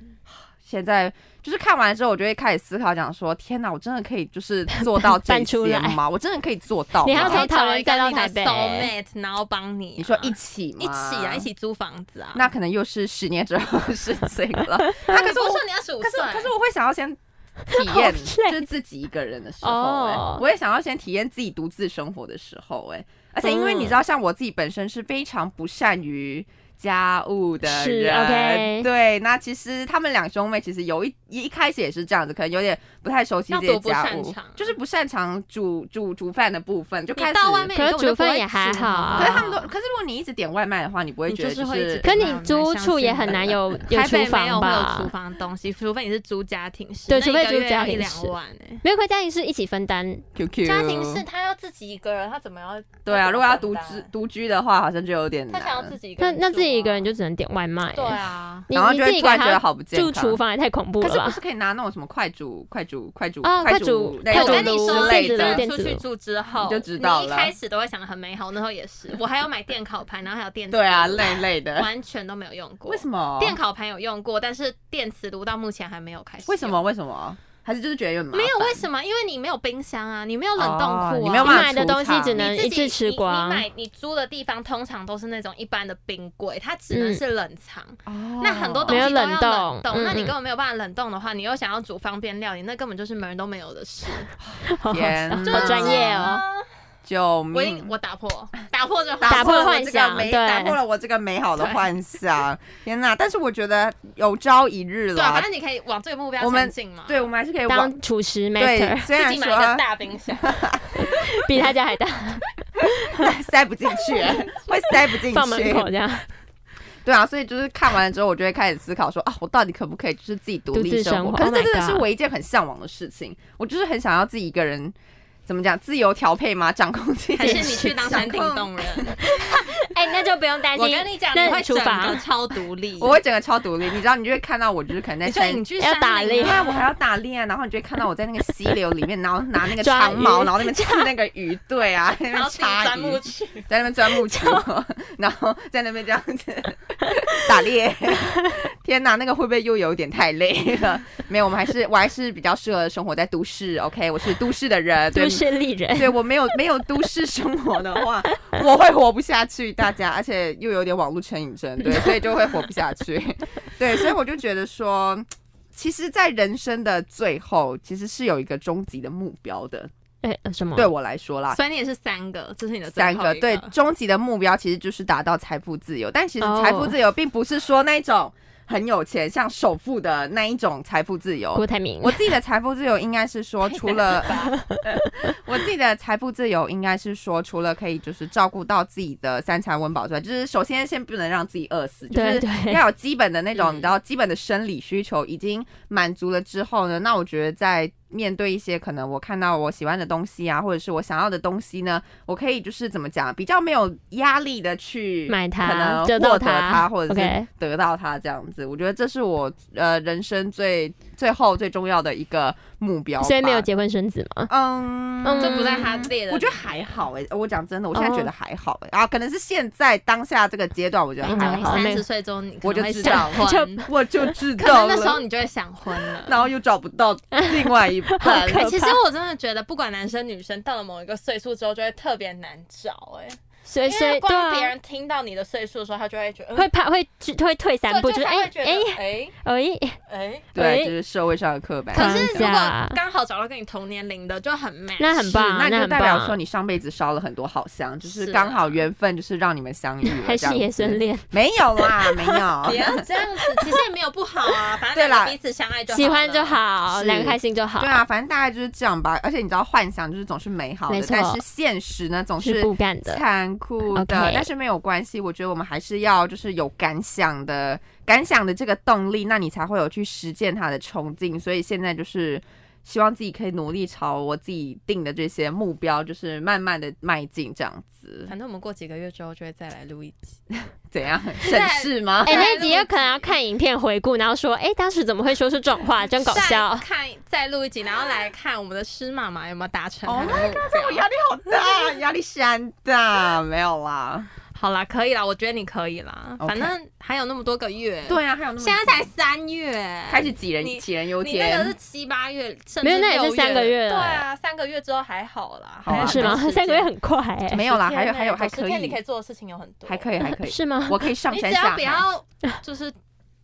现在就是看完之后，我就会开始思考，讲说：天哪，我真的可以就是做 到这
搬出
些
来
吗？我真的可以做到吗？
你还要
可以
从桃
找
园
一个
再到
你的
台北
soulmate，然后帮你啊，
你说一起吗？
一起啊，一。起租房子啊。哎
那可能又是十年之后的事情 了。啊，可
可
是
是
我
我说你二十五
可
岁，
是可是我会想要先体验，
好累
就是自己一个人的时候、哎、
欸
哦
我也想要先体验自己独自生活的时候、哎，而且因为
嗯
你知道，像我自己本身是非常不善于。家务的
是
人
OK
对，那其实他们两兄妹其实有一一开始也是这样子，可能有点不太熟悉
要
这些
多不
家
擅
务
长，
就是不擅长煮煮煮饭的部分，就开
你
始。
到外面，
可是
你根本就
煮饭
不会
也还
煮
好啊
可是他们都，可是如果你一直点外卖的话，你不会
你
觉得
就是
就
会一直
是
可你租处也很难有有
台
厨
北没有
房
会有厨
吧？
房的东西，除非你是租家庭式，
对
那
除非
一个月
租家
要一
庭式
两万欸
没有，可家庭是一起分担，
QQ
家庭式他要自己一个人，他怎么要？
对
怎
啊，
么
如果要
分
独
担
居独居的话，好像就有点
他
难。
想要自己一个
那
人，
那自己一个人就只能点外卖、
对啊，
你
然后
你
就
自
会
己
突然觉得
还
好不健
住
康。
厨房也太恐怖
可
了
是不
吧
是？可以拿那种什么快煮、快煮、快煮、煮
哦快煮
那
快
哎我
种
煮
跟
炉
你
炉
说，
之
电
类
子炉
真
的？
电
的
子
出去住之后，
你就知道
你一
了
开始都会想的很美好，那时候也是，我还有买电烤盘，然后还有电磁
对啊，
炉
累累的。
完全都没有用过。
为什么？
电烤盘有用过，但是电磁炉到目前还没有开始。
为什？么？为什么？还是就是觉得有点麻
没有
烦
为什么？因为你没有冰箱啊，你没有冷冻库啊，
哦你没有
你
办法
买的东西只能
你自
一
己
次吃光
你。你买你租的地方通常都是那种一般的冰柜，它只能
嗯
是冷藏。
哦
那很多东
没
西都
有
要
冷
冷冻，
冻嗯
那你
嗯
根本没有办法冷冻的话，你又想要煮方便料理，那根本就是门人都没有的事。
好好
天
笑
哪
好专业哦。
啊
救
我一定
命！
我打破， 打破就好。
打破
了我
幻
这个
想
美，
对
打破了我这个美好的幻想。天哪！但是我觉得有朝一日
对啊，
啦
反，正你可以往这个目标
我们
前进嘛。
对，我们还是可以往
当厨师
对，啊
master
虽然
自己买一个
说
大冰箱，
比他家还大，
塞不进去，会塞不进
放门口
去。
这样
对啊，所以就是看完了之后，我就会开始思考说啊，我到底可不可以就是自己独
独
立
自
生
生
活？
活
可是这
Oh my
真的是
God
我一件很向往的事情，我就是很想要自己一个人。怎么讲？自由调配吗？掌控自己？
还是你去当山顶
掌控
洞人？
哎、那就不用担
我
心。
跟你讲，
那
你会
厨
整个
房
超独立，
我会整个超独立，你知道，你就会看到我就是可能在
你就
山，
隐居
要打
山林
猎
因
啊
为我还要打猎啊，然后你就会看到我在那个溪流里面，然后拿那个
抓
长矛，
鱼
然后那边刺那个鱼，对啊，在
然
那边
后自己
插
钻
鱼，
木取
在那边钻木取火， 然后在那边这样子打猎。天哪，那个会不会又有点太累了？ 没有，我们还是我还是比较适合生活在都市。OK，我是都市的人，对
都市丽 人，
对我没有没有都市生活的话， 我会活不下去，大家，而且又有点网络成瘾 症，对，所以就会活不下去，对，所以我就觉得说，其实，在人生的最后，其实是有一个终极的目标的，
哎、呃什么？
对我来说啦。
所以你也是三个，这是你的最后
三
一
个对终极的目标其实就是达到财富自由，但其实财富
哦
自由并不是说那一种很有钱像首富的那一种财富自由，
郭台铭，
我自己的财富自由应该是说，除了 我自己的财富自由应该是说，除了可以就是照顾到自己的三餐温饱之外，就是首先先不能让自己饿死，就
对
是
对
要有基本的那种
嗯
你知道基本的生理需求已经满足了之后呢，那我觉得在面对一些可能我看到我喜欢的东西啊，或者是我想要的东西呢，我可以就是怎么讲，比较没有压力的去
买它
可能
得到
获得
它
它，或者是
OK
得到它这样子。我觉得这是我呃人生最最后最重要的一个目标吧。
所以没有结婚生子嘛？
嗯，
嗯
就不在他列的。
我觉得还好哎、我讲真的，我现在
哦
觉得还好哎、啊，可能是现在当下这个阶段，我觉得
嗯
还
等你
好。
没
三十岁之后，你可
我就
能会
知
想
道
婚，
我就知
可能
道
那时候
了，
你就会想婚了。
然后又找不到另外 一半。
可
哎、
怕
其实我真的觉得，不管男生女生，到了某一个岁数之后，就会特别难找、
所
哎，
以
因
所
为
以对
光别
啊，
人听到你的岁数的时候，他就会觉得嗯
会怕会会退三
对，
步，就
就是他
哎
会觉得
哎
哎
哎，
哎。
对，就是社会上的刻板。
可是如果
框架
刚好找到跟你同年龄的，就很 match。
那很棒，
那就
很
代表说
棒，
你上辈子烧了很多好香，就是
是
刚
啊
好缘分，就是让你们相遇了。
还
这
是
样
爷
子
孙恋，
没有 啦，没
不
有。
要这样子，其实也没有不好啊，反
对
正两
啦
个彼此相爱就好了
喜欢就。好，
是
两个开心就好
对，啊，反正大概就是这样吧。而且你知道，幻想就是总是美好
没
的，
错
但是现实呢总
是
是
骨干的。
残酷的。
OK
但是没有关系，我觉得我们还是要就是有感想的，感想的这个动力，那你才会有去实践它的冲劲。所以现在就是。希望自己可以努力朝我自己定的这些目标，就是慢慢的迈进，这样 子
反正我们过几个月之后就会再来录一集。
怎样？省事吗？
哎、
对啊
那一集有可能要看影片回顾，然后说，哎、当时怎么会说出这种话，真搞笑
再。看再录一集，然后来看我们的狮妈妈有没有达成
哦
她的目标。
我压力好 大，压力山大，没有啦。
好啦，可以啦，我觉得你可以啦。
OK
反正还有那么多个月，，
对啊，还有那么
现在才三月，
开始杞人
你
杞人忧
你那个
天
是，七八月，甚至
没有那也是
六
三个月
对
了
啊，三个月之后还好啦，
好啊
还
是吗？
很多时间
三个月很快、哎，
没有啦，还
10天
有
呢
还有还
90
可
天你可以
以，
做的事情有很多，
还可以 还可以，
是吗？
我可以上
你
山
只
下
要
海
不。要 就是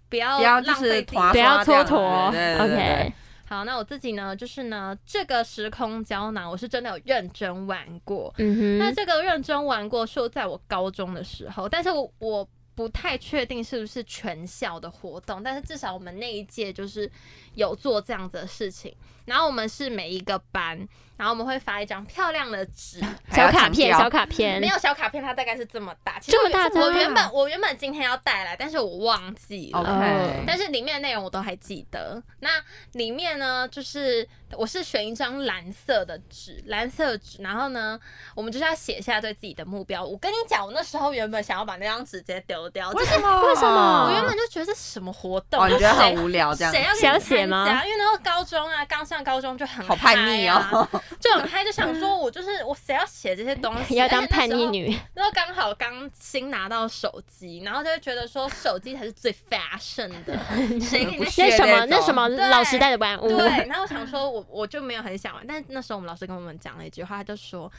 不要
不要就
浪
是
费自己
团
不要
这样
蹉
子
跎
对对对
，OK，
好，那我自己呢，就是呢，这个时空胶囊我是真的有认真玩过，
嗯
那
哼，
这个认真玩过是在我高中的时候，但是我我不太确定是不是全校的活动，但是至少我们那一届就是有做这样子的事情。然后我们是每一个班，然后我们会发一张漂亮的纸，
还
小
要
卡
强
片，
调
小卡片
没，有小卡片，它大概是这么大。其实我
这么大
我
张啊
原本我原本今天要带来，但是我忘记了。
嗯
OK，
但是里面的内容我都还记得。那里面呢，就是我是选一张蓝色的纸，蓝色的纸，然后呢，我们就是要写下对自己的目标。我跟你讲，我那时候原本想要把那张纸直接丢掉，就是
么？为什么
我原本就觉得这是什么活动，
哦，你觉得
谁
很无聊这样？
谁要
想
跟你
写吗
参加因为那时候高中啊，刚上高中就很
好叛
嗨
逆
啊
哦，
就很嗨，就想说我就是我谁要写这些东西，
要
而且
当
那
叛
时
逆
候
女，
然后刚好刚新拿到手机，然后就会觉得说手机才是最 fashion 的，谁给
不
你
屑嗯
那什么
那种
那什么
对
老时代的玩物，
对，然后我想说我我就没有很想玩，但是那时候我们老师跟我们讲了一句话，他就说。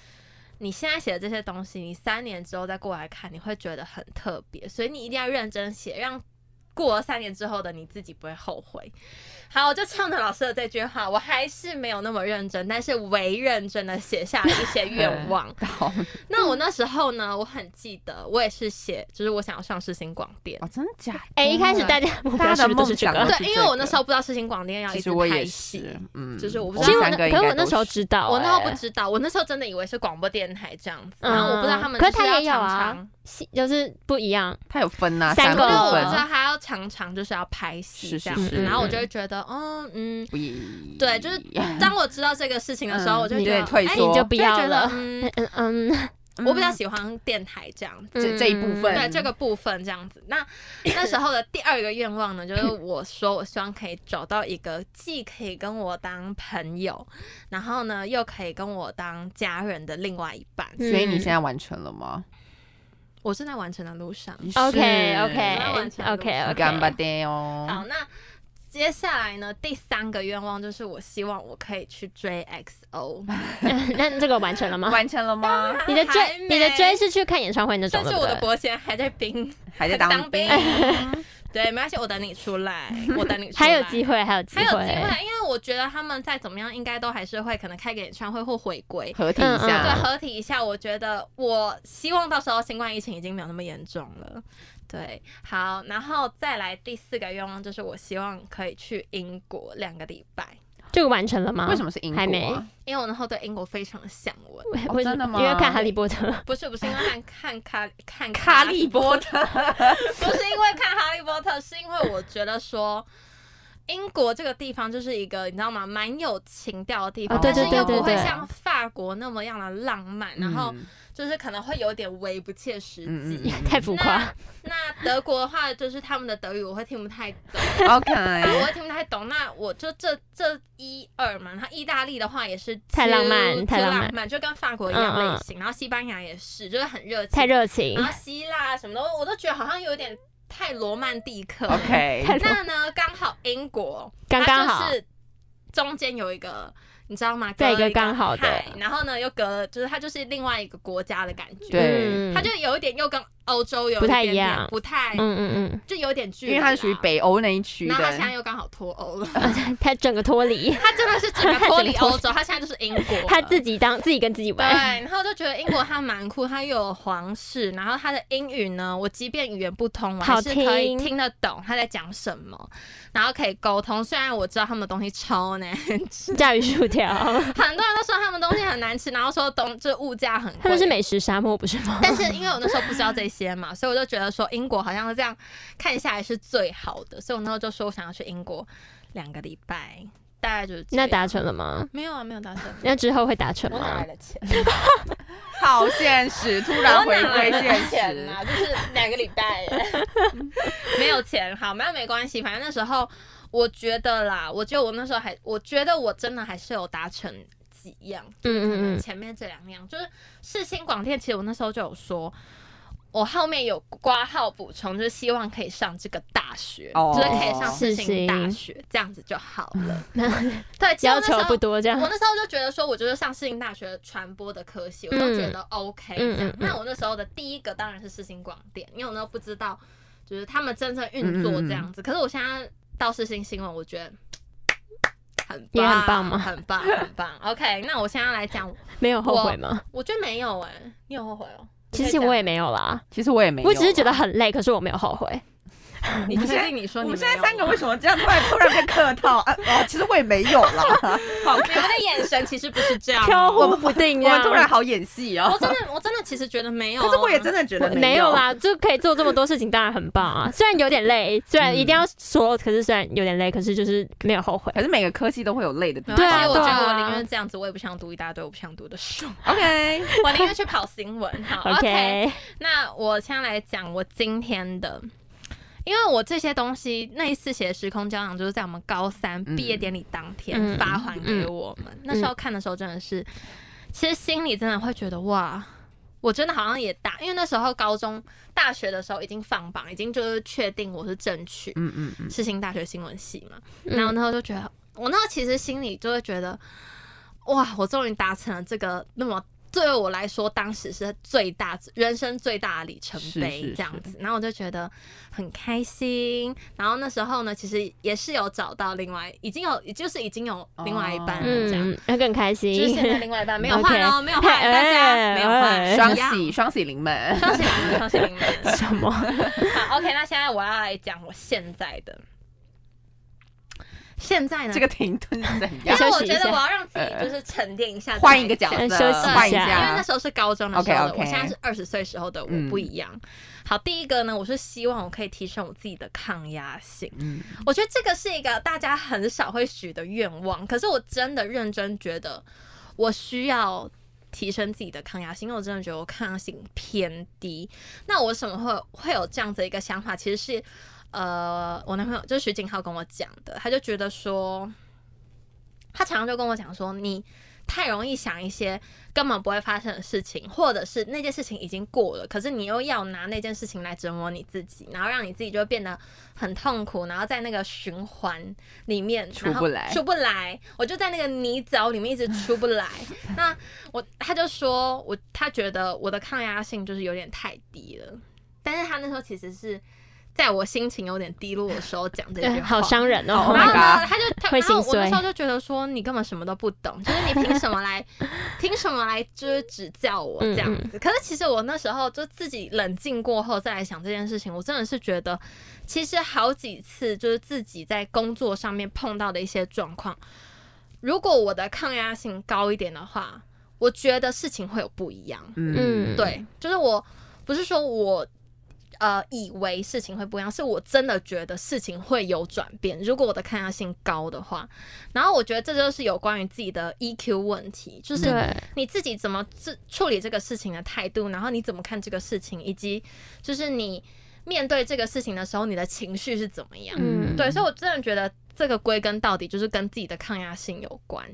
你现在写的这些东西，你三年之后再过来看，你会觉得很特别，所以你一定要认真写，让过了三年之后的你自己不会后悔。好，我就唱着老师的这句话，我还是没有那么认真，但是唯认真的写下了一些 愿望。
到
那
嗯
我那时候呢，我很记得，我也是写，就是我想要上世新广电。
哦，真的假的？
哎、一开始大家目
大
标
家
是
的
不是都是这
梦想啊
个？
对，因为我那时候不知道世新广电要一
其
直
实我
拍
也
戏，
是，嗯，
就是我不知道
其实我
们
那
三个应
可是
该
我那
都
时候
是
知道、
我那时候
哎
不知道，我那时候真的以为是广播电台这样子，
嗯
然后我不知道他们
可
就是
他
要
也有
常
啊
常，
戏就是不一样。
它有分呐、
三
三
个
部
对，我知
分，
道他要常常就是要拍戏
是
这
是
样子，
是
然后我就会觉得，嗯嗯，
咦
对， 就是当我知道这个事情的时候，
嗯
我就
你
觉得
就退
哎
缩
你就不
就会
要
觉得
了，
嗯
嗯，嗯嗯，
我比较喜欢电台这样子。
这这一部分
嗯对这个部分这样子，那那时候的第二个愿望呢，就是我说我希望可以找到一个既可以跟我当朋友，然后呢又可以跟我当家人的另外一半。
嗯
所以你现在完成了吗
我正在完成的路上。
OK
慢慢
OK
想
OK
慢慢
OK，
干巴爹哦
好，，那接下来呢，第三个愿望就是我希望我可以去追 XO，
那这个完成了吗？
完成了吗？
你的
还
追
没
你的追是去看演唱会那种，
但是
对不
我的
对？
伯贤还在冰，
还在
在
当
兵
兵，。
对，没关系，我等你出来，我等你出来。
还有机会，还有机
还有机
会，
会，因为我觉得他们再怎么样，应该都还是会可能开个演唱会或回归。
合体一
嗯
对，
下，
合体一下，我觉得我希望到时候新冠疫情已经没有那么严重了。对，好，然后再来第四个愿望就是我希望可以去英国两个礼拜，
这个完成了吗？
为什么是英国、啊？
嗯还没
因为我那时候对英国非常的向往。
为？
哦
为什
真的
么
吗
因为看《哈利波特》
不是不是因为看看卡看
哈 利波特，
不是因为看哈利波特，是因为我觉得说。英国这个地方就是一个你知道吗，蛮有情调的地方，
哦对对
但是
对
又不会
对对
像法国那么样的浪漫，然后
嗯
就是可能会有点微不切实
嗯
际。
太浮夸，
那德国的话，就是他们的德语我会听不太 懂，
嗯，OK，
我会听不太懂。那我就这这一二嘛，然后意大利的话也是
太浪漫
too-
太
too
浪
浪
漫
就跟法国一样
嗯嗯
类型，然后西班牙也是，就是很热情
太，热情
然，后希腊什么的，我都觉得好像有点太罗曼蒂克了。
OK，
太
那呢，刚好英国
刚刚好
它就是中间有一个，你知道吗？
在一
隔
个
了
刚好的
海然后呢又隔了，就是它就是另外一个国家的感觉，
对，
嗯
它就有一点又跟欧洲有
不太
一点
一
点
样
不太
嗯嗯
就有点距
因
离啦，
为它是属于北欧那一区
然后它现在
的，
又刚好脱欧 了，
嗯，他整个脱离，
它真的是整个
它
脱
整个
离
脱
欧洲，它现在就是英国了，
他自己当自己跟自己
对，
玩，
然后就觉得英国它蛮酷，它又有皇室，然后它的英语呢，我即便语言不通，我还
好
是可以
听
听得懂他在讲什么，然后可以沟通。虽然我知道他们东西超难吃，
炸鱼薯 条，
很多人都说他们东西很难吃，然后说东这物价很
他们是
贵。
美食沙漠不是吗？
但是因为我那时候不知道这些嘛， 所以我就觉得说英国好像这样看下来是最好的，所以我那时候就说我想要去英国两个礼拜，大概就是这
那
样
达成了吗？
没有啊，没有达成，
那之后会达成
我哪
吗
来？的钱？
好现实，突然回归现
钱
实
啊，就是两个礼拜耶， 没有钱，好，那没关系，反正那时候我觉得啦，我觉得我那时候还，我觉得我真的还是有达成几样，
嗯嗯嗯，
前面这两样就是世新广电，其实我那时候就有说。我后面有挂号补充，就是希望可以上这个大学
哦
就是可以上世
世
新
新
大学，这样子就好了。对，其实我
嗯要
那时
求
候
不多这 样
我，那时候就觉得说，我就是上世新大学传播的科系，我都觉得 OK 这
嗯
样。
嗯嗯
那我那时候的第一个当然是世新广电，因为我那时候不知道，就是他们真正运
嗯
作这样子。可是我现在到世新新闻，我觉得。很
也
棒，
很棒吗
很棒，很棒。OK，那我现在来讲，
没有后悔吗？
我觉得没有哎、你有后悔哦？
其实我也没有啦，
其实我也没有，啊
我只是觉得很累，可是我没有后悔。
你可以讲，你确定你说
我
你
们现
没
在
有啊
三个
吗
为什么这样突然突然变客套？啊哦，其实我也没有啦，好
你们的眼神其实不是这 样哦、
飘忽不定啊
我
这样，
们突然好演戏
我
哦。
真的，我真的其实觉得没有、啊
可是我也真。的觉得
我 没有
有，
啦，就可以做这么多事情，当然很棒啊。虽然有点累，
嗯
虽然一定要说，可是虽然有点累，可是就是没有后悔。
可是每个科系都会有累的地
没
方。
关系
对啊
我觉
对
得
啊
我宁愿这样子，我也不想读一大堆我不想读的书。
OK，
我宁愿去跑新闻。好
OK，
那我先来讲我今天的。因为我这些东西那一次写的时空胶囊，就是在我们高三
嗯
毕业典礼当天
嗯
发还给我们。那时候看的时候真的是，其实心里真的会觉得哇，我真的好像也大，因为那时候高中、大学的时候已经放榜，已经就是确定我是正取
嗯嗯嗯，
世新大学新闻系嘛。
嗯
然后那时候就觉得，我那时候其实心里就会觉得，哇，我终于达成了这个那么对我来说，当时是最大人生最大的里程
是是
碑
是，
这样子。然后我就觉得很开心。然后那时候呢，其实也是有找到另外，已经有，就是已经有另外一半了，这样。
嗯，那更开
就是现在
心。
另外一半没有换哦，没有换，
哎
大家没有 换，
哎
双
一样
喜双喜临门，
双喜临门，双喜临门。
什么？
好，OK，那现在我要来讲我现在的，现在呢，
这个停顿是怎
因
样？
为我
休息一
觉
下
得我要让自己就是沉淀一下，
呃换一个角
再来
色，
休息一下
换一
对因为那
下。
时候是高中的时候的
OK，OK
我现在是二十岁时候的我
嗯
不一样。好，第一个呢，我是希望我可以提升我自己的抗压性。
嗯，
我觉得这个是一个大家很少会许的愿望，可是我真的认真觉得我需要。提升自己的抗压性，因为我真的觉得我抗压性偏低。那我为什么会会有这样子一个想法？其实是，呃，我男朋友就是徐景浩跟我讲的，他就觉得说，他常常就跟我讲说，你太容易想一些根本不会发生的事情，或者是那件事情已经过了，可是你又要拿那件事情来折磨你自己，然后让你自己就变得很痛苦，然后在那个循环里面
出
然后
不来
出不来，我就在那个泥沼里面一直出不 来。那我他就说我他觉得我的抗压性就是有点太低了，但是他那时候其实是。在我心情有点低落的时候讲这句
对
话，啊
好伤人哦。
Oh
然
my
后
god
呢，他就他，
会
然后
心
我
碎
那时候就觉得说，你根本什么都不懂，就是你凭什么来，凭什么来就是指教我
嗯
这样子？可是其实我那时候就自己冷静过后再来想这件事情，我真的是觉得，其实好几次就是自己在工作上面碰到的一些状况，如果我的抗压性高一点的话，我觉得事情会有不一样。
嗯，
对，就是我不是说我呃以为事情会不一样，是我真的觉得事情会有转变。如果我的抗压性高的话，然后我觉得这就是有关于自己的 EQ 问题，就是
对，
你自己怎么自处理这个事情的态度，然后你怎么看这个事情，以及就是你面对这个事情的时候，你的情绪是怎么样。
嗯
对，所以我真的觉得这个归根到底就是跟自己的抗压性有关。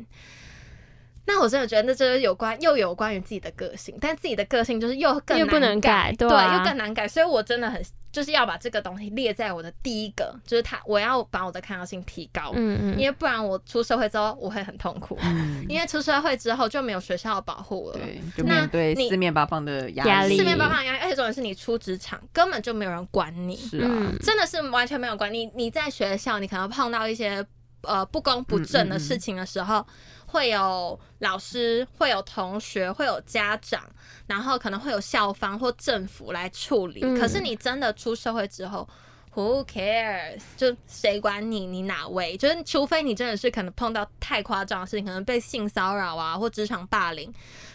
那我真的觉得那就是有关，又有关于自己的个性，但自己的个性就是又更
又不
难
能改
对，
对啊
又更难改，所以我真的很就是要把这个东西列在我的第一个，就是他我要把我的抗压性提高，
嗯嗯
因为不然我出社会之后我会很痛 苦，
嗯，
因为出社会之后就没有学校的保护了，
对，就
那
面对
你
四面八方的
压力
四面八方的压力，而且重点是你出职场根本就没有人管你，
是啊，
嗯，
真的是完全没有关你你在学校，你可能碰到一些呃不公不正的事情的时
嗯
候，会有老师、会有同学、会有家长，然后可能会有校方或政府来处理。
嗯
可是你真的出社会之后。Who cares？就谁管你？你哪位？就是除非你真的是可能碰到太夸张的事情，可能被性骚扰啊，或职场霸凌。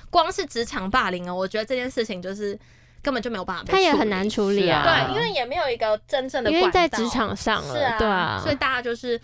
光是职场霸凌哦，我觉得这件事情就是根本就没有办法被
他也
处
很
理
难处理
是啊
啊，
对，因为也没有一个真正的
因
管
为
道
在职场上
是
了，对啊，
所以大家就是，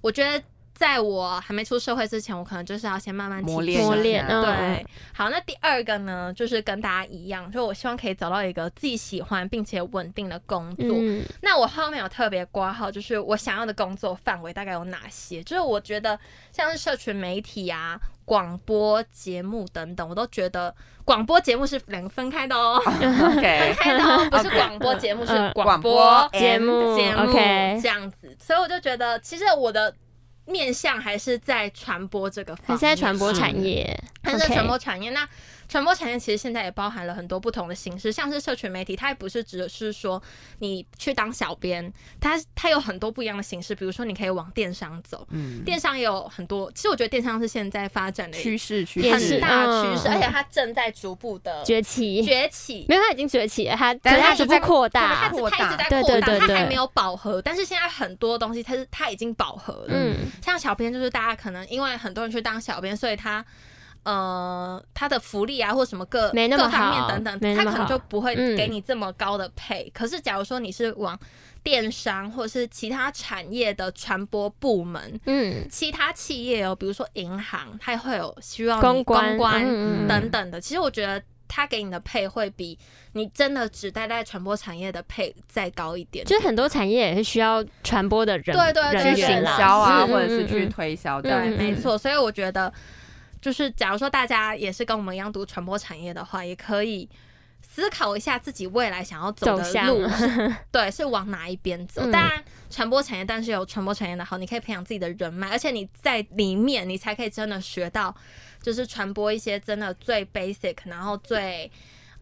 我觉得在我还没出社会之前，我可能就是要先慢慢
磨
提
练
升
磨练嗯
对，好，那第二个呢，就是跟大家一样，就我希望可以找到一个自己喜欢并且稳定的工作。
嗯
那我后面有特别挂号，就是我想要的工作范围大概有哪些？就是我觉得像是社群媒体啊、广播节目等等，我都觉得广播节目是两个分开的哦，
，OK，
开的哦，不是
OK
广播节目，是
嗯
广
播
节
and-
目
节目
OK，
这样子，所以我就觉得，其实我的面向还是在传播这个方面，
还
嗯
是在传播产业，
还是在
OK
传播产业。那传播产业其实现在也包含了很多不同的形式，像是社群媒体，它也不是只是说你去当小编，它它有很多不一样的形式，比如说你可以往电商走，
嗯，
电商也有很多。其实我觉得电商是现在发展的
趋势趋
也
很
是
势，
大趋势，
嗯
而且它正在逐步的
崛起，
崛起。
没有，他已经崛起了，他
但是
可是
他
他
一直
逐
在
步扩
它
大
只，它一直在
对
扩
对
大，
对
它
对
还没有饱和，但是现在很多东西它是它已经饱和了。
嗯，
像小编就是大家可能因为很多人去当小编，所以他呃他的福利啊或什么各
没那么
各方面
好
等等
没，那
他
么
可能
好
就不会
嗯
给你这么高的配。可是假如说你是往电商或者是其他产业的传播部门，
嗯，
其他企业哦，比如说银行，它也会有需要你
公关
公关
嗯嗯嗯
等等的。其实我觉得。他给你的配会比你真的只待在传播产业的配再高一点，
就是很多产业也是需要传播的人，
对对对
人
对
去
群
行
啦
销啊，
嗯嗯
或者是去
嗯嗯
推销，
对，
对，
嗯
没错。所以我觉得，就是假如说大家也是跟我们一样读传播产业的话，也可以思考一下自己未来想要走
走
的
向
路是，对，是往哪一边走。
嗯
当然，传播产业，但是有传播产业的好，你可以培养自己的人脉，而且你在里面，你才可以真的学到，就是传播一些真的最 basic，然后最。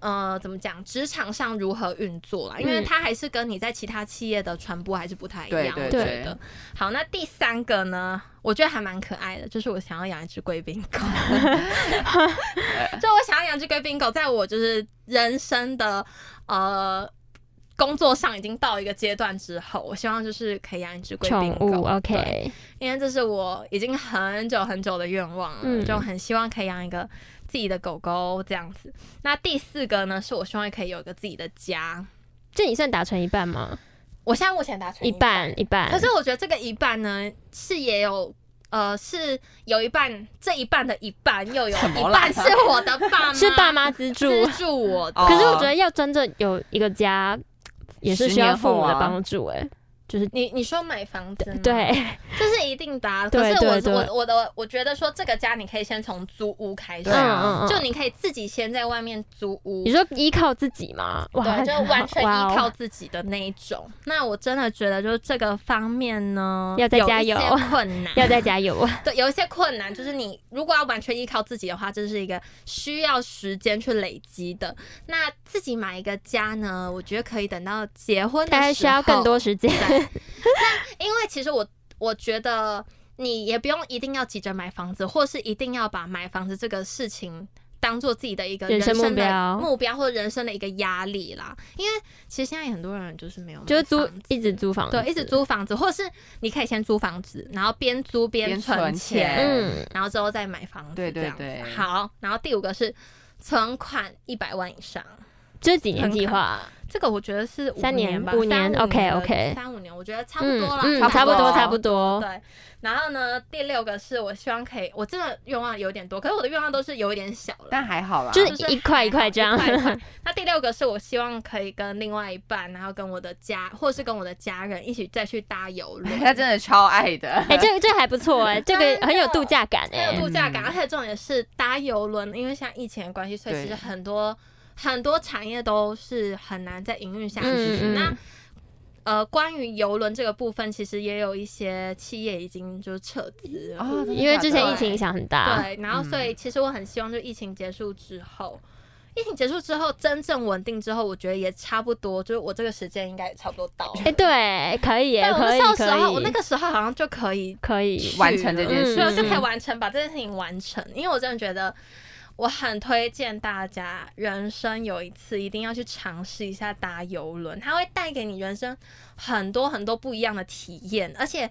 呃，怎么讲？职场上如何运作啦？因为
嗯
它还是跟你在其他企业的传播还是不太一样。
对
我
对
觉
对
得。好，那第三个呢？我觉得还蛮可爱的，就是我想要养一只贵宾 狗。就我想要养只贵宾狗，在我就是人生的呃工作上已经到一个阶段之后，我希望就是可以养一只贵
宠
宾狗。
物啊
对
，OK，
因为这是我已经很久很久的愿望了，
嗯
就很希望可以养一个自己的狗狗这样子。那第四个呢，是我希望可以有一个自己的家。
这你算达成一半吗？
我现在目前达成
一半一半，
可是我觉得这个一半呢，是也有。呃，是有一半，这一半的一半又有
什
一
么啦
半是我的爸妈，
是爸妈资助。
资助我的。
哦
可是我觉得要真正有一个家，也是需要父母
十
的
年后啊
帮助、哎、就是
你你说买房子吗，
对，
这是一定的啊、可
对
是我
对对
我我的我觉得说这个家你可以先从租屋开始
对，啊
嗯嗯嗯，
就你可以自己先在外面租屋
你，说依靠自己嘛，哇，
对，就完全
哇哦
依靠自己的那一种。那我真的觉得就是这个方面呢，
要再加油
有一 些困难，
要再加油，
对，有一些困难，就是你如果要完全依靠自己的话，这是一个需要时间去累积的。那自己买一个家呢，我觉得可以等到结婚的时
大
候，
概需要更多时间。
对，那因为其实我我觉得你也不用一定要急着买房子，或是一定要把买房子这个事情。当做自己的一个
人生
生
目
的
标
目标或人生的一个压力啦，因为其实现在很多人就是没有买
就是租
房子
一直租房，
对一直，租房子，或是你可以先租房子，然后边租边
边
存
存
钱，
钱
嗯，
然后之后再买房子，
对对
这样子
对
好，然后第五个是存款一百万以上，
这几年计划，
这个我觉得是五
三年
吧，
五
五
年，OK，OK
三五年，我觉得差不
嗯
多啦，
嗯，
差不
差不多
多
差不多，
对，然后呢，第六个是我希望可以，我真的愿望有点多，可是我的愿望都是有一点小了。
但还好啦，
就
就是
一块一块这样
还好一 块一块那第六个是我希望可以跟另外一半，然后跟我的家，或是跟我的家人一起再去搭游 轮，
他真的超爱的。
哎，这个这还不错哎，这个很有度假感
很有
哎，
度假感，而且重点是搭游轮，因为像疫情的关系，所以
对
其实很多很多产业都是很难再营运下去。
嗯嗯
那呃，关于游轮这个部分，其实也有一些企业已经就是撤资了。
哦，真的
因为之前
假的
疫情影响很大，
对，然后所以其实我很希望，就疫情结束之后，疫情结束之后真正稳定之后，我觉得也差不多，就是我这个时间应该也差不多到了。
哎，对，可以
但
哎，
我
可
那
以
时候时候，我那
可以
个时候好像就可以
可以，
完成这件事
对，
嗯
我就可以完成把这件事情完成，因为我真的觉得。我很推荐大家，人生有一次一定要去尝试一下搭游轮，它会带给你人生很多很多不一样的体验，而且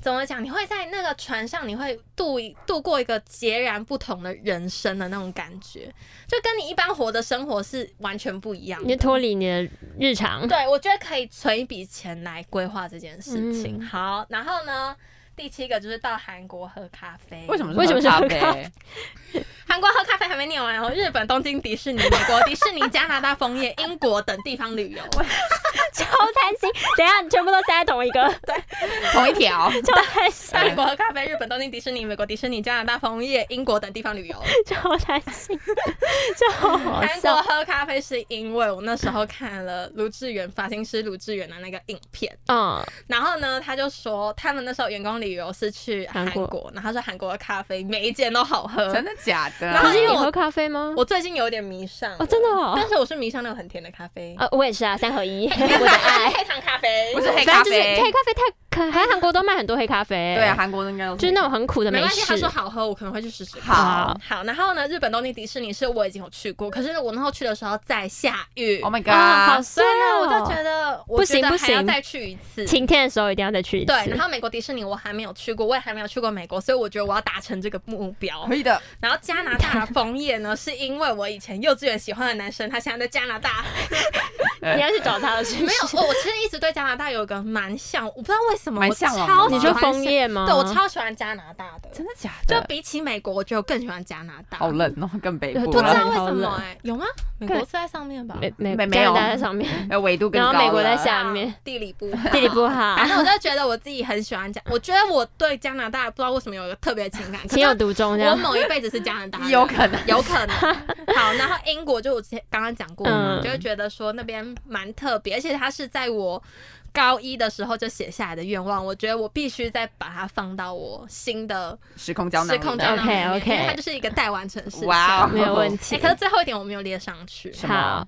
怎么讲，你会在那个船上，你会度一度过一个截然不同的人生的那种感觉，就跟你一般活的生活是完全不一样
你
的
就。脱离你的日常，
对，我觉得可以存一笔钱来规划这件事情。
嗯
好，然后呢，第七个就是到韩国喝咖啡。
为什么是
为什么是
咖
喝咖
啡？
韩国喝咖啡还没念完哦，日本东京迪士尼、美国迪士尼、加拿大枫叶、英国等地方旅游。
超贪心，等一下你全部都塞在同一个，
同一 条，
超贪心，
韩国喝咖啡，日本东京迪士尼、美国迪士尼、加拿大枫叶、英国等地方旅游。
超贪心，超好
韩国
笑，
喝咖啡是因为我那时候看了卢志远发型师卢志远的那个影片，
嗯，
然后呢，他就说他们那时候员工旅游是去韩
韩
国，然后他说韩国的咖啡每一间都好喝。
真的假的？
然
可
后
是
因为
你
我
喝咖啡吗？
我最近有点迷上了
哦，真的哦
但是我是迷上那种很甜的咖啡，
呃，我也是啊，三 合一，我的爱。
黑糖咖啡，
不是黑
反
咖
正就是
啡
黑，咖啡太可，还韩国都卖很多黑咖啡、
对，啊韩国应该都
就是那种很苦的
啊没
美
关系，
式。
他说好喝，我可能会去试试看。
好。
好，然后呢，日本东京迪士尼是我已经有去过，可是我那时候去的时候在下雨
Oh my
啊，好
god！
帅
所以呢，
哦！
我就觉得我
不行
觉得
不
还要
行
再去一次。
晴天的时候一定要再去一次。
对，然后美国迪士尼我还没有去过，我也还没有去过美国，所以我觉得我要达成这个目标
可。以的，
然后加拿大的枫叶呢，是因为我以前幼稚园喜欢的男生，他现在在加拿大。
你要去找他了，是 不
没
是？
有，我我其实一直对加拿大有个蛮向，我不知道为什么
蛮
我
向往的
超
吗
你
喜
说
欢
枫
是
叶吗？
对我超喜欢加拿大的，
真的假
就
的？
比起美国，我觉得我更喜欢加拿大。
好，冷哦，更北部
不知
对
了，
道为
好
什么
冷
哎、有吗？美国是在上面吧？
美美
没没
加拿
有
大在上面，
呃，纬度更
然
高
后美国在
了
下面，
地理不
地理不
好。
好，
反正我就觉得我自己很喜欢加，我觉得我对加拿大不知道为什么有一个特别的情 感，可
情有
是
独钟这
我
样。
某一辈子是加拿大人，
有可能
有可能。好，然后英国就我之前刚刚讲过嘛，
嗯
就会觉得说那边蛮特别，而且它是在我高一的时候就写下来的愿望，我觉得我必须再把它放到我新的
时空胶囊
时
里面，
空胶囊里面
OK，OK
因为它就是一个待完成事项。
哇哦，
没有问题
哎、可是啊最后一点我没有列上去，
什么
好？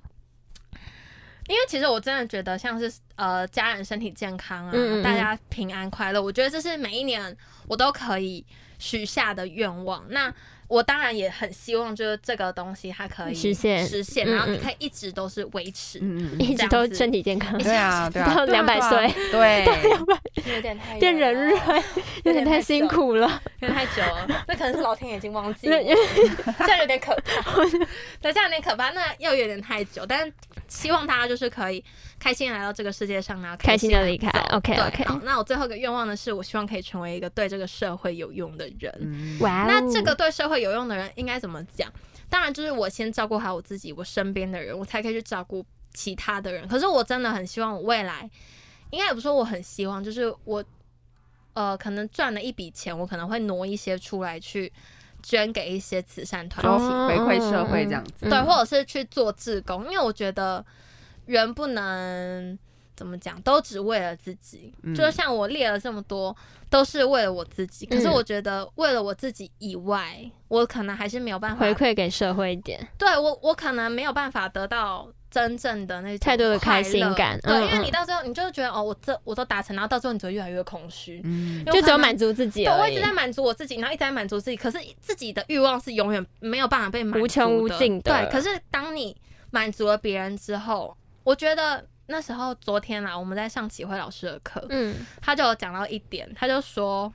因为其实我真的觉得像是呃家人身体健康啊，
嗯嗯嗯
大家平安快乐，我觉得这是每一年我都可以许下的愿望。那我当然也很希望，就是这个东西它可以
实现
实现，
嗯嗯
然后你可以一直都是维持，
嗯嗯，
一直都身体健康
嗯，对啊，对啊，
到
对啊
200岁，
对啊对啊，
有点太
变 人瑞，有点太辛苦了。
有点太久了，那可能是老天已经忘记
那
了，这样有点可怕，对，这样有点可怕，那又有点太久，但希望大家就是可以开心地来到这个世界上，然后
开心
心
地
地
离开
走
OK，OK
对好，那我最后一个愿望呢，是我希望可以成为一个对这个社会有用的人。
嗯
哇哦，
那这个对社会有用的人应该怎么讲？当然就是我先照顾好我自己，我身边的人，我才可以去照顾其他的人。可是我真的很希望我未来，应该也不是说我很希望，就是我呃可能赚了一笔钱，我可能会挪一些出来去捐给一些慈善团体，
哦
回馈社会这样子
嗯
对，或者是去做志工，因为我觉得人不能。怎么讲，都只为了自己。
嗯
就是像我列了这么多，都是为了我自己。可是
嗯
我觉得，为了我自己以外，我可能还是没有办法
回。馈给社会一点，
对我，我可能没有办法得到真正的那种
太多的开心
快乐
感
对，
嗯
因为
嗯
你到最后，你就觉得哦，我这我都达成，然后到最后你只会越来越空虚，
嗯
因为
就
我
只有
可能
满足自己
对，我
而
一
已
直，在满足我自己，然后一直在满足自己，可是自己的欲望是永远没有办法被满足的
无穷无尽的
对，可是当你满足了别人之后，我觉得那时候昨天啦，我们在上启慧老师的课，
嗯，
他就有讲到一点，他就说。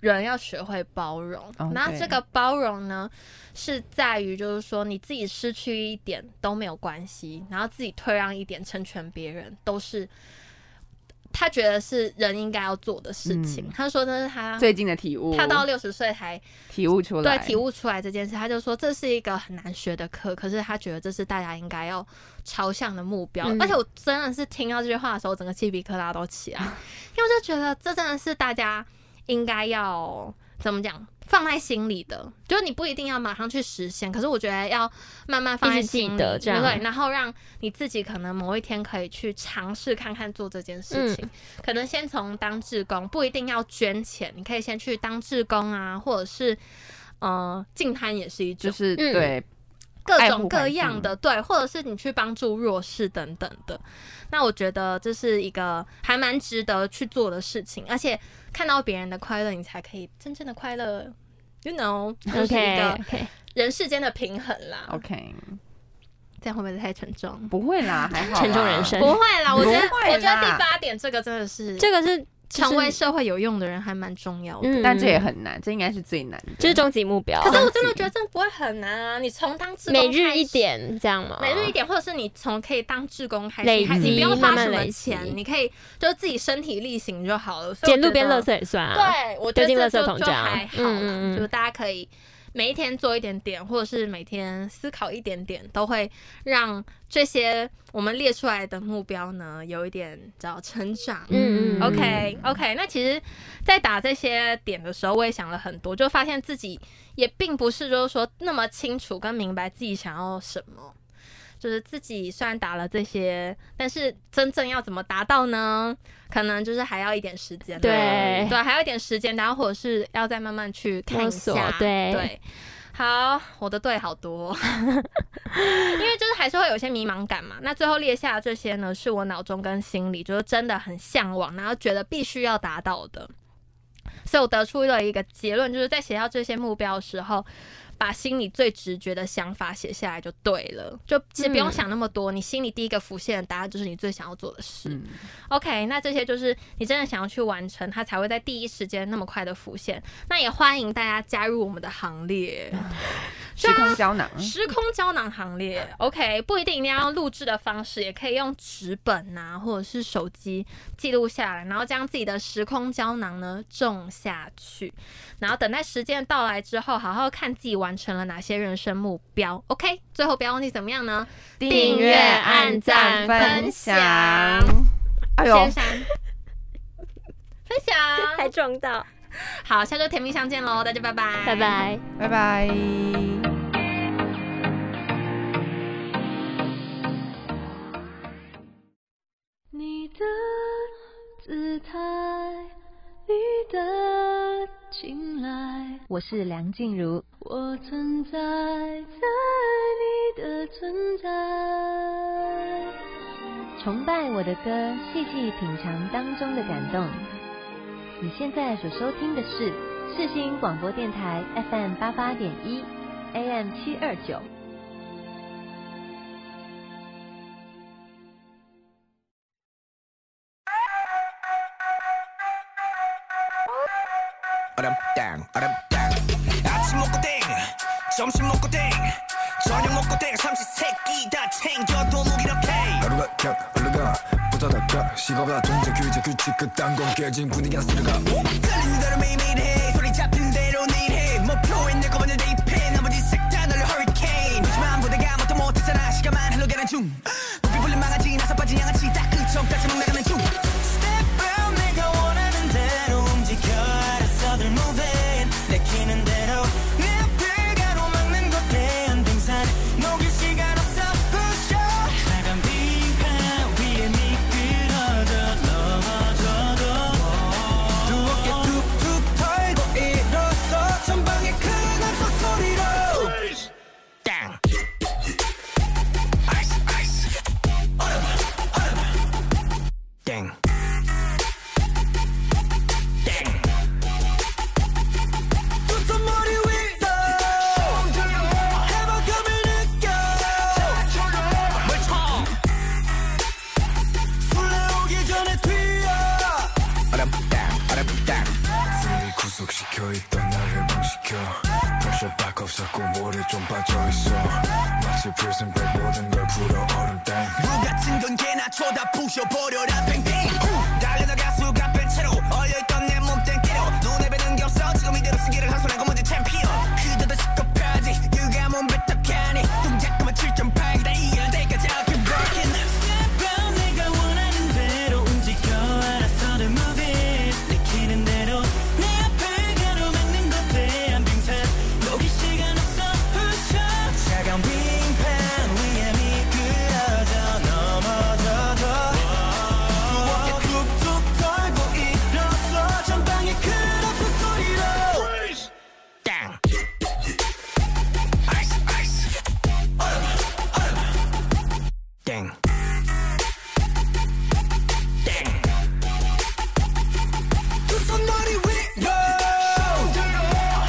人要学会包容
哦
然后
对
这个包容呢，是在于就是说你自己失去一点都没有关系，然后自己退让一点，成全别人，都是他觉得是人应该要做的事情。
嗯
他说那是他
最近的体悟，
他到六十岁才
体悟出来，
对体悟出来这件事，他就说这是一个很难学的课，可是他觉得这是大家应该要朝向的目标。
嗯
而且我真的是听到这句话的时候，整个鸡皮疙瘩都起来， 因为我就觉得这真的是大家应该要怎么讲。放在心里的，就是你不一定要马上去实现，可是我觉得要慢慢放在
一直记
心里，
得这样
对，然后让你自己可能某一天可以去尝试看看做这件
嗯
事情，可能先从当志工，不一定要捐钱，你可以先去当志工啊，或者是呃净摊也是一种，
就是
嗯
对
各
爱
种
护
各
环境
样的对，或者是你去帮助弱势等等的。嗯那我觉得这是一个还蛮值得去做的事情，而且看到别人的快乐，你才可以真正的快乐。You know，就是一
OK
个
OK，
人世间的平衡啦。
OK，
这样会不会太沉 重？
不会啦，还好啦，
沉重人生
不会啦，我觉得
不会啦
我觉得第八点这个真的是
这个是
成为社会有用的人还蛮重要的。
嗯，
但这也很难，这应该是最难的。
这是终极目标，
可是我真的觉得这不会很难啊，你从当志工
每日
开
一
始
点这样吗？
每日一点，或者是你从可以当志工开始，
累
你还你
积
不用花
慢慢
什么
累
钱，
积
你可以就是自己身体力行就好了。所以我
捡路
觉
边
得
垃圾也算啊，
对，我觉得
丢进
这
垃圾
就
桶
就
这样
还好啦，
嗯嗯嗯
就是大家可以每一天做一点点，或者是每天思考一点点，都会让这些我们列出来的目标呢有一点叫成长。
嗯嗯
OK OK，那其实，在打这些点的时候，我也想了很多，就发现自己也并不是就是说那么清楚跟明白自己想要什么。就是自己虽然打了这些，但是真正要怎么达到呢？可能就是还要一点时间了。
对
对，还要一点时间，然后或者是要再慢慢去看一
摸索
下。
对
对。好，我的对好多、哦 因为就是还是会有一些迷茫感嘛。那最后列下的这些呢，是我脑中跟心里就是真的很向往，然后觉得必须要达到的。所以我得出了一个结论，就是在写下这些目标的时候，把心里最直觉的想法写下来就对了，就其实不用想那么多，你心里第一个浮现的答案就是你最想要做的事。
嗯
OK，那这些就是你真的想要去完成，它才会在第一时间那么快的浮现。那也欢迎大家加入我们的行列。
时空胶囊，
时空胶囊行列，OK，不一定一定要用录制的方式，也可以用纸本啊，或者是手机记录下来，然后将自己的时空胶囊呢种下去，然后等待时间到来之后，好好看自己完成了哪些人生目标。OK，最后不要忘记怎么样呢？订阅按赞分享
哎呦
先，删，分
还
享。
撞到，
好，下周甜蜜相见喽，大家拜拜，
拜。拜。
拜拜。
你的姿态，你的青睐，
我是梁静茹。
我存在在你的存在。
崇拜我的歌，细细品尝当中的感动。你现在所收听的是世新广播电台 FM 八八点一，AM 七二九。
어렵당 어렵당 아침 먹고 땡 점심 먹고 땡 저녁 먹고 땡 삼시세끼 다 챙겨도 무기력해
하루가 켜 흘러가 부자다가 식어가 존재 규제 규칙 그딴 건 깨진 분위기나 쓰러가
떨리는 대로 매일매일 해 소리 잡힌 대로 내일 해 목표에 내 거만을 대입해 나머지 색다 널 허리케인 무심한 부대가 뭣도 못했잖아 시간만 흘러가는 중 눈빛 불린 망아지 나서 빠진 양아치 딱그 점까지 막 나가는 중 Step round 내가 원하는 대로 움직여 알았어 들 move it 내키는 대로 내 불가로 막는 것내 안등산 녹일 시간 없어 push on 나간 비가 위에 미끄러져 넘어져도 두 어깨 툭툭 털고 일어서 전방에 큰 악성 소리로 땅 아이스 아이스 얼음 얼음 땡 땡. 두손 머리 위로 해방감을 느껴 술래오기 전에 뛰어
아람땅 아람땅 우리 구속시켜 있던 날 해방시켜 pressure back off 자꾸 모래 좀 빠져있어 마치 prison break 모든 걸 풀어 얼음 땡
물 같은 건 개나 쳐다 부셔버려라 팽팽 우! 달려나가 수갑 벤체로 얼려있던 내 몸땡 때려 눈에 뵈는 게 없어 지금 이대로 쓰기를 한 손에 검은 챔피언 그저도 식겁하지 그가 몸 뱉떡하니 동작 그만 7.8이다 이해할 때까지 I keep working Step out 내가 원하는 대로 움직여 알아서들 move it 내키는 대로 내 앞을 가로막는 것에 안 빙산 녹일 시간 없어 push up 차가운 빙판 위에 미끄러져 넘어져도 무겁게 툭툭 털고 일어서 전방에 끝없는 소리로 땅 아이스 아이스 얼음 얼음 땡 땡. 두 손 머리 위로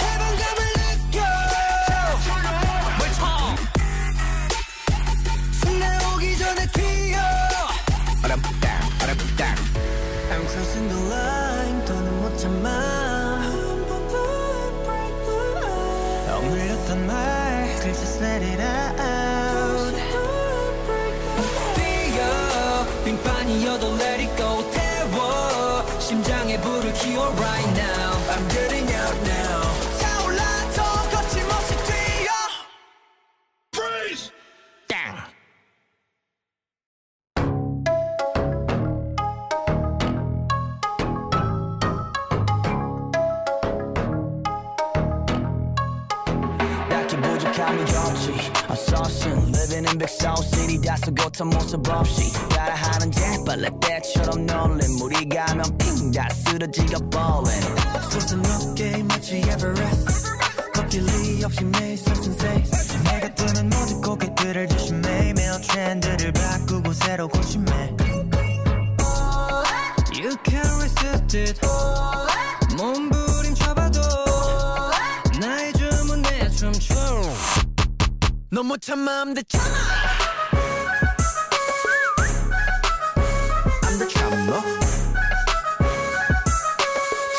해방감을 느껴 물총 순간 오기 전에 튀어 아람땅 아람땅 항상 single line 더는 못 참아 억눌렸던 말 그걸 just let it out 뛰어 빙판이어도 let it go 태워 심장에 불을 키워 right now I'm getting out now 타올라 더 거침없이 뛰어 Freeze 땅 딱히 부족함이 없지 I'm saucing living in big soul city 다소곳한 모습 없이 따라하는 재빨래 때처럼 놀림 우리 가면 핑다 쓰러지가 ballin 소스럽게 마치 에베레스트 거칠리 없이 내 삶은 세이스 내가 뜨는 모든 고객들을 조심해 매일 트렌드를 바꾸고 새로 고침해 You can't resist it 몸부림쳐봐도 나의 주문에 춤춰 넌 못 참아 I'm the 참아 I'm the 참아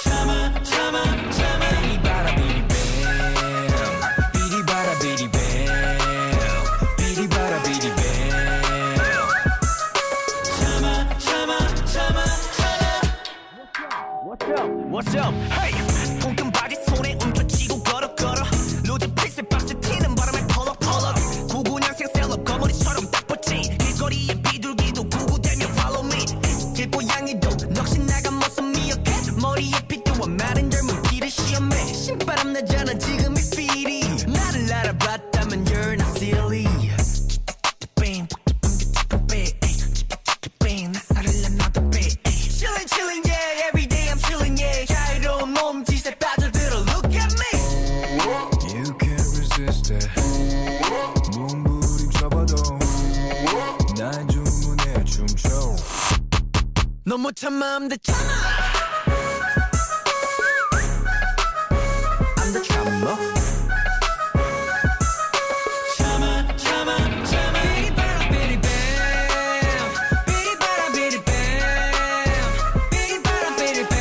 참아 참아 참아 비리바라비리뱀 비리바라비리뱀 비리바라비리뱀 참아 참아 참아 참아 What's up? Hey! 붕뜬 바지 손에 움켜쥐고 걸어 걸어 로즈 필수 박스 튀는 바람에 펄럭 펄럭 구구년생 셀럽 거머리처럼 딱 붙인 길거리에 비둘기도 구구대며 follow me 길고양이도 넋이 나간 모습이었게 머리에 핏대와 마른 젊은 길을 시험해 신바람 나잖아 지금이 필이 나를 알아봤다면 you're not silly Bam, bam, bang, that's not a lot of bang. Chillin', chillin', yeah, every day I'm chillin', yeah. 자유로운 몸짓에 빠져들어, look at me.
You can't resist it 몸부림쳐봐도 날 주문해 춤춰
너무 참아, I'm the 참아. I'm the 참아. 참아, 참아, 참아. 삐리빠라삐리뱀. 삐리빠라삐리뱀. 삐리빠라삐리뱀.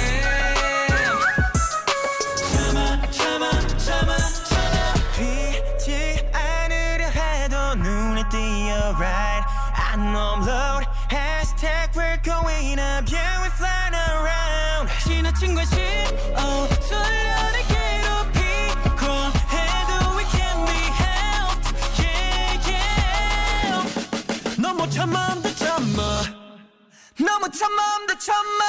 참아 참아 참아 참아 피지 않으려 해도 눈에 띄어 right I'm on load hashtag we're going up yeah we're flying around 지나친 관심 oh 소련의 괴롭히고 해도 we can't be helped yeah yeah 너무 참아 안 참아 너무 참아 안 참아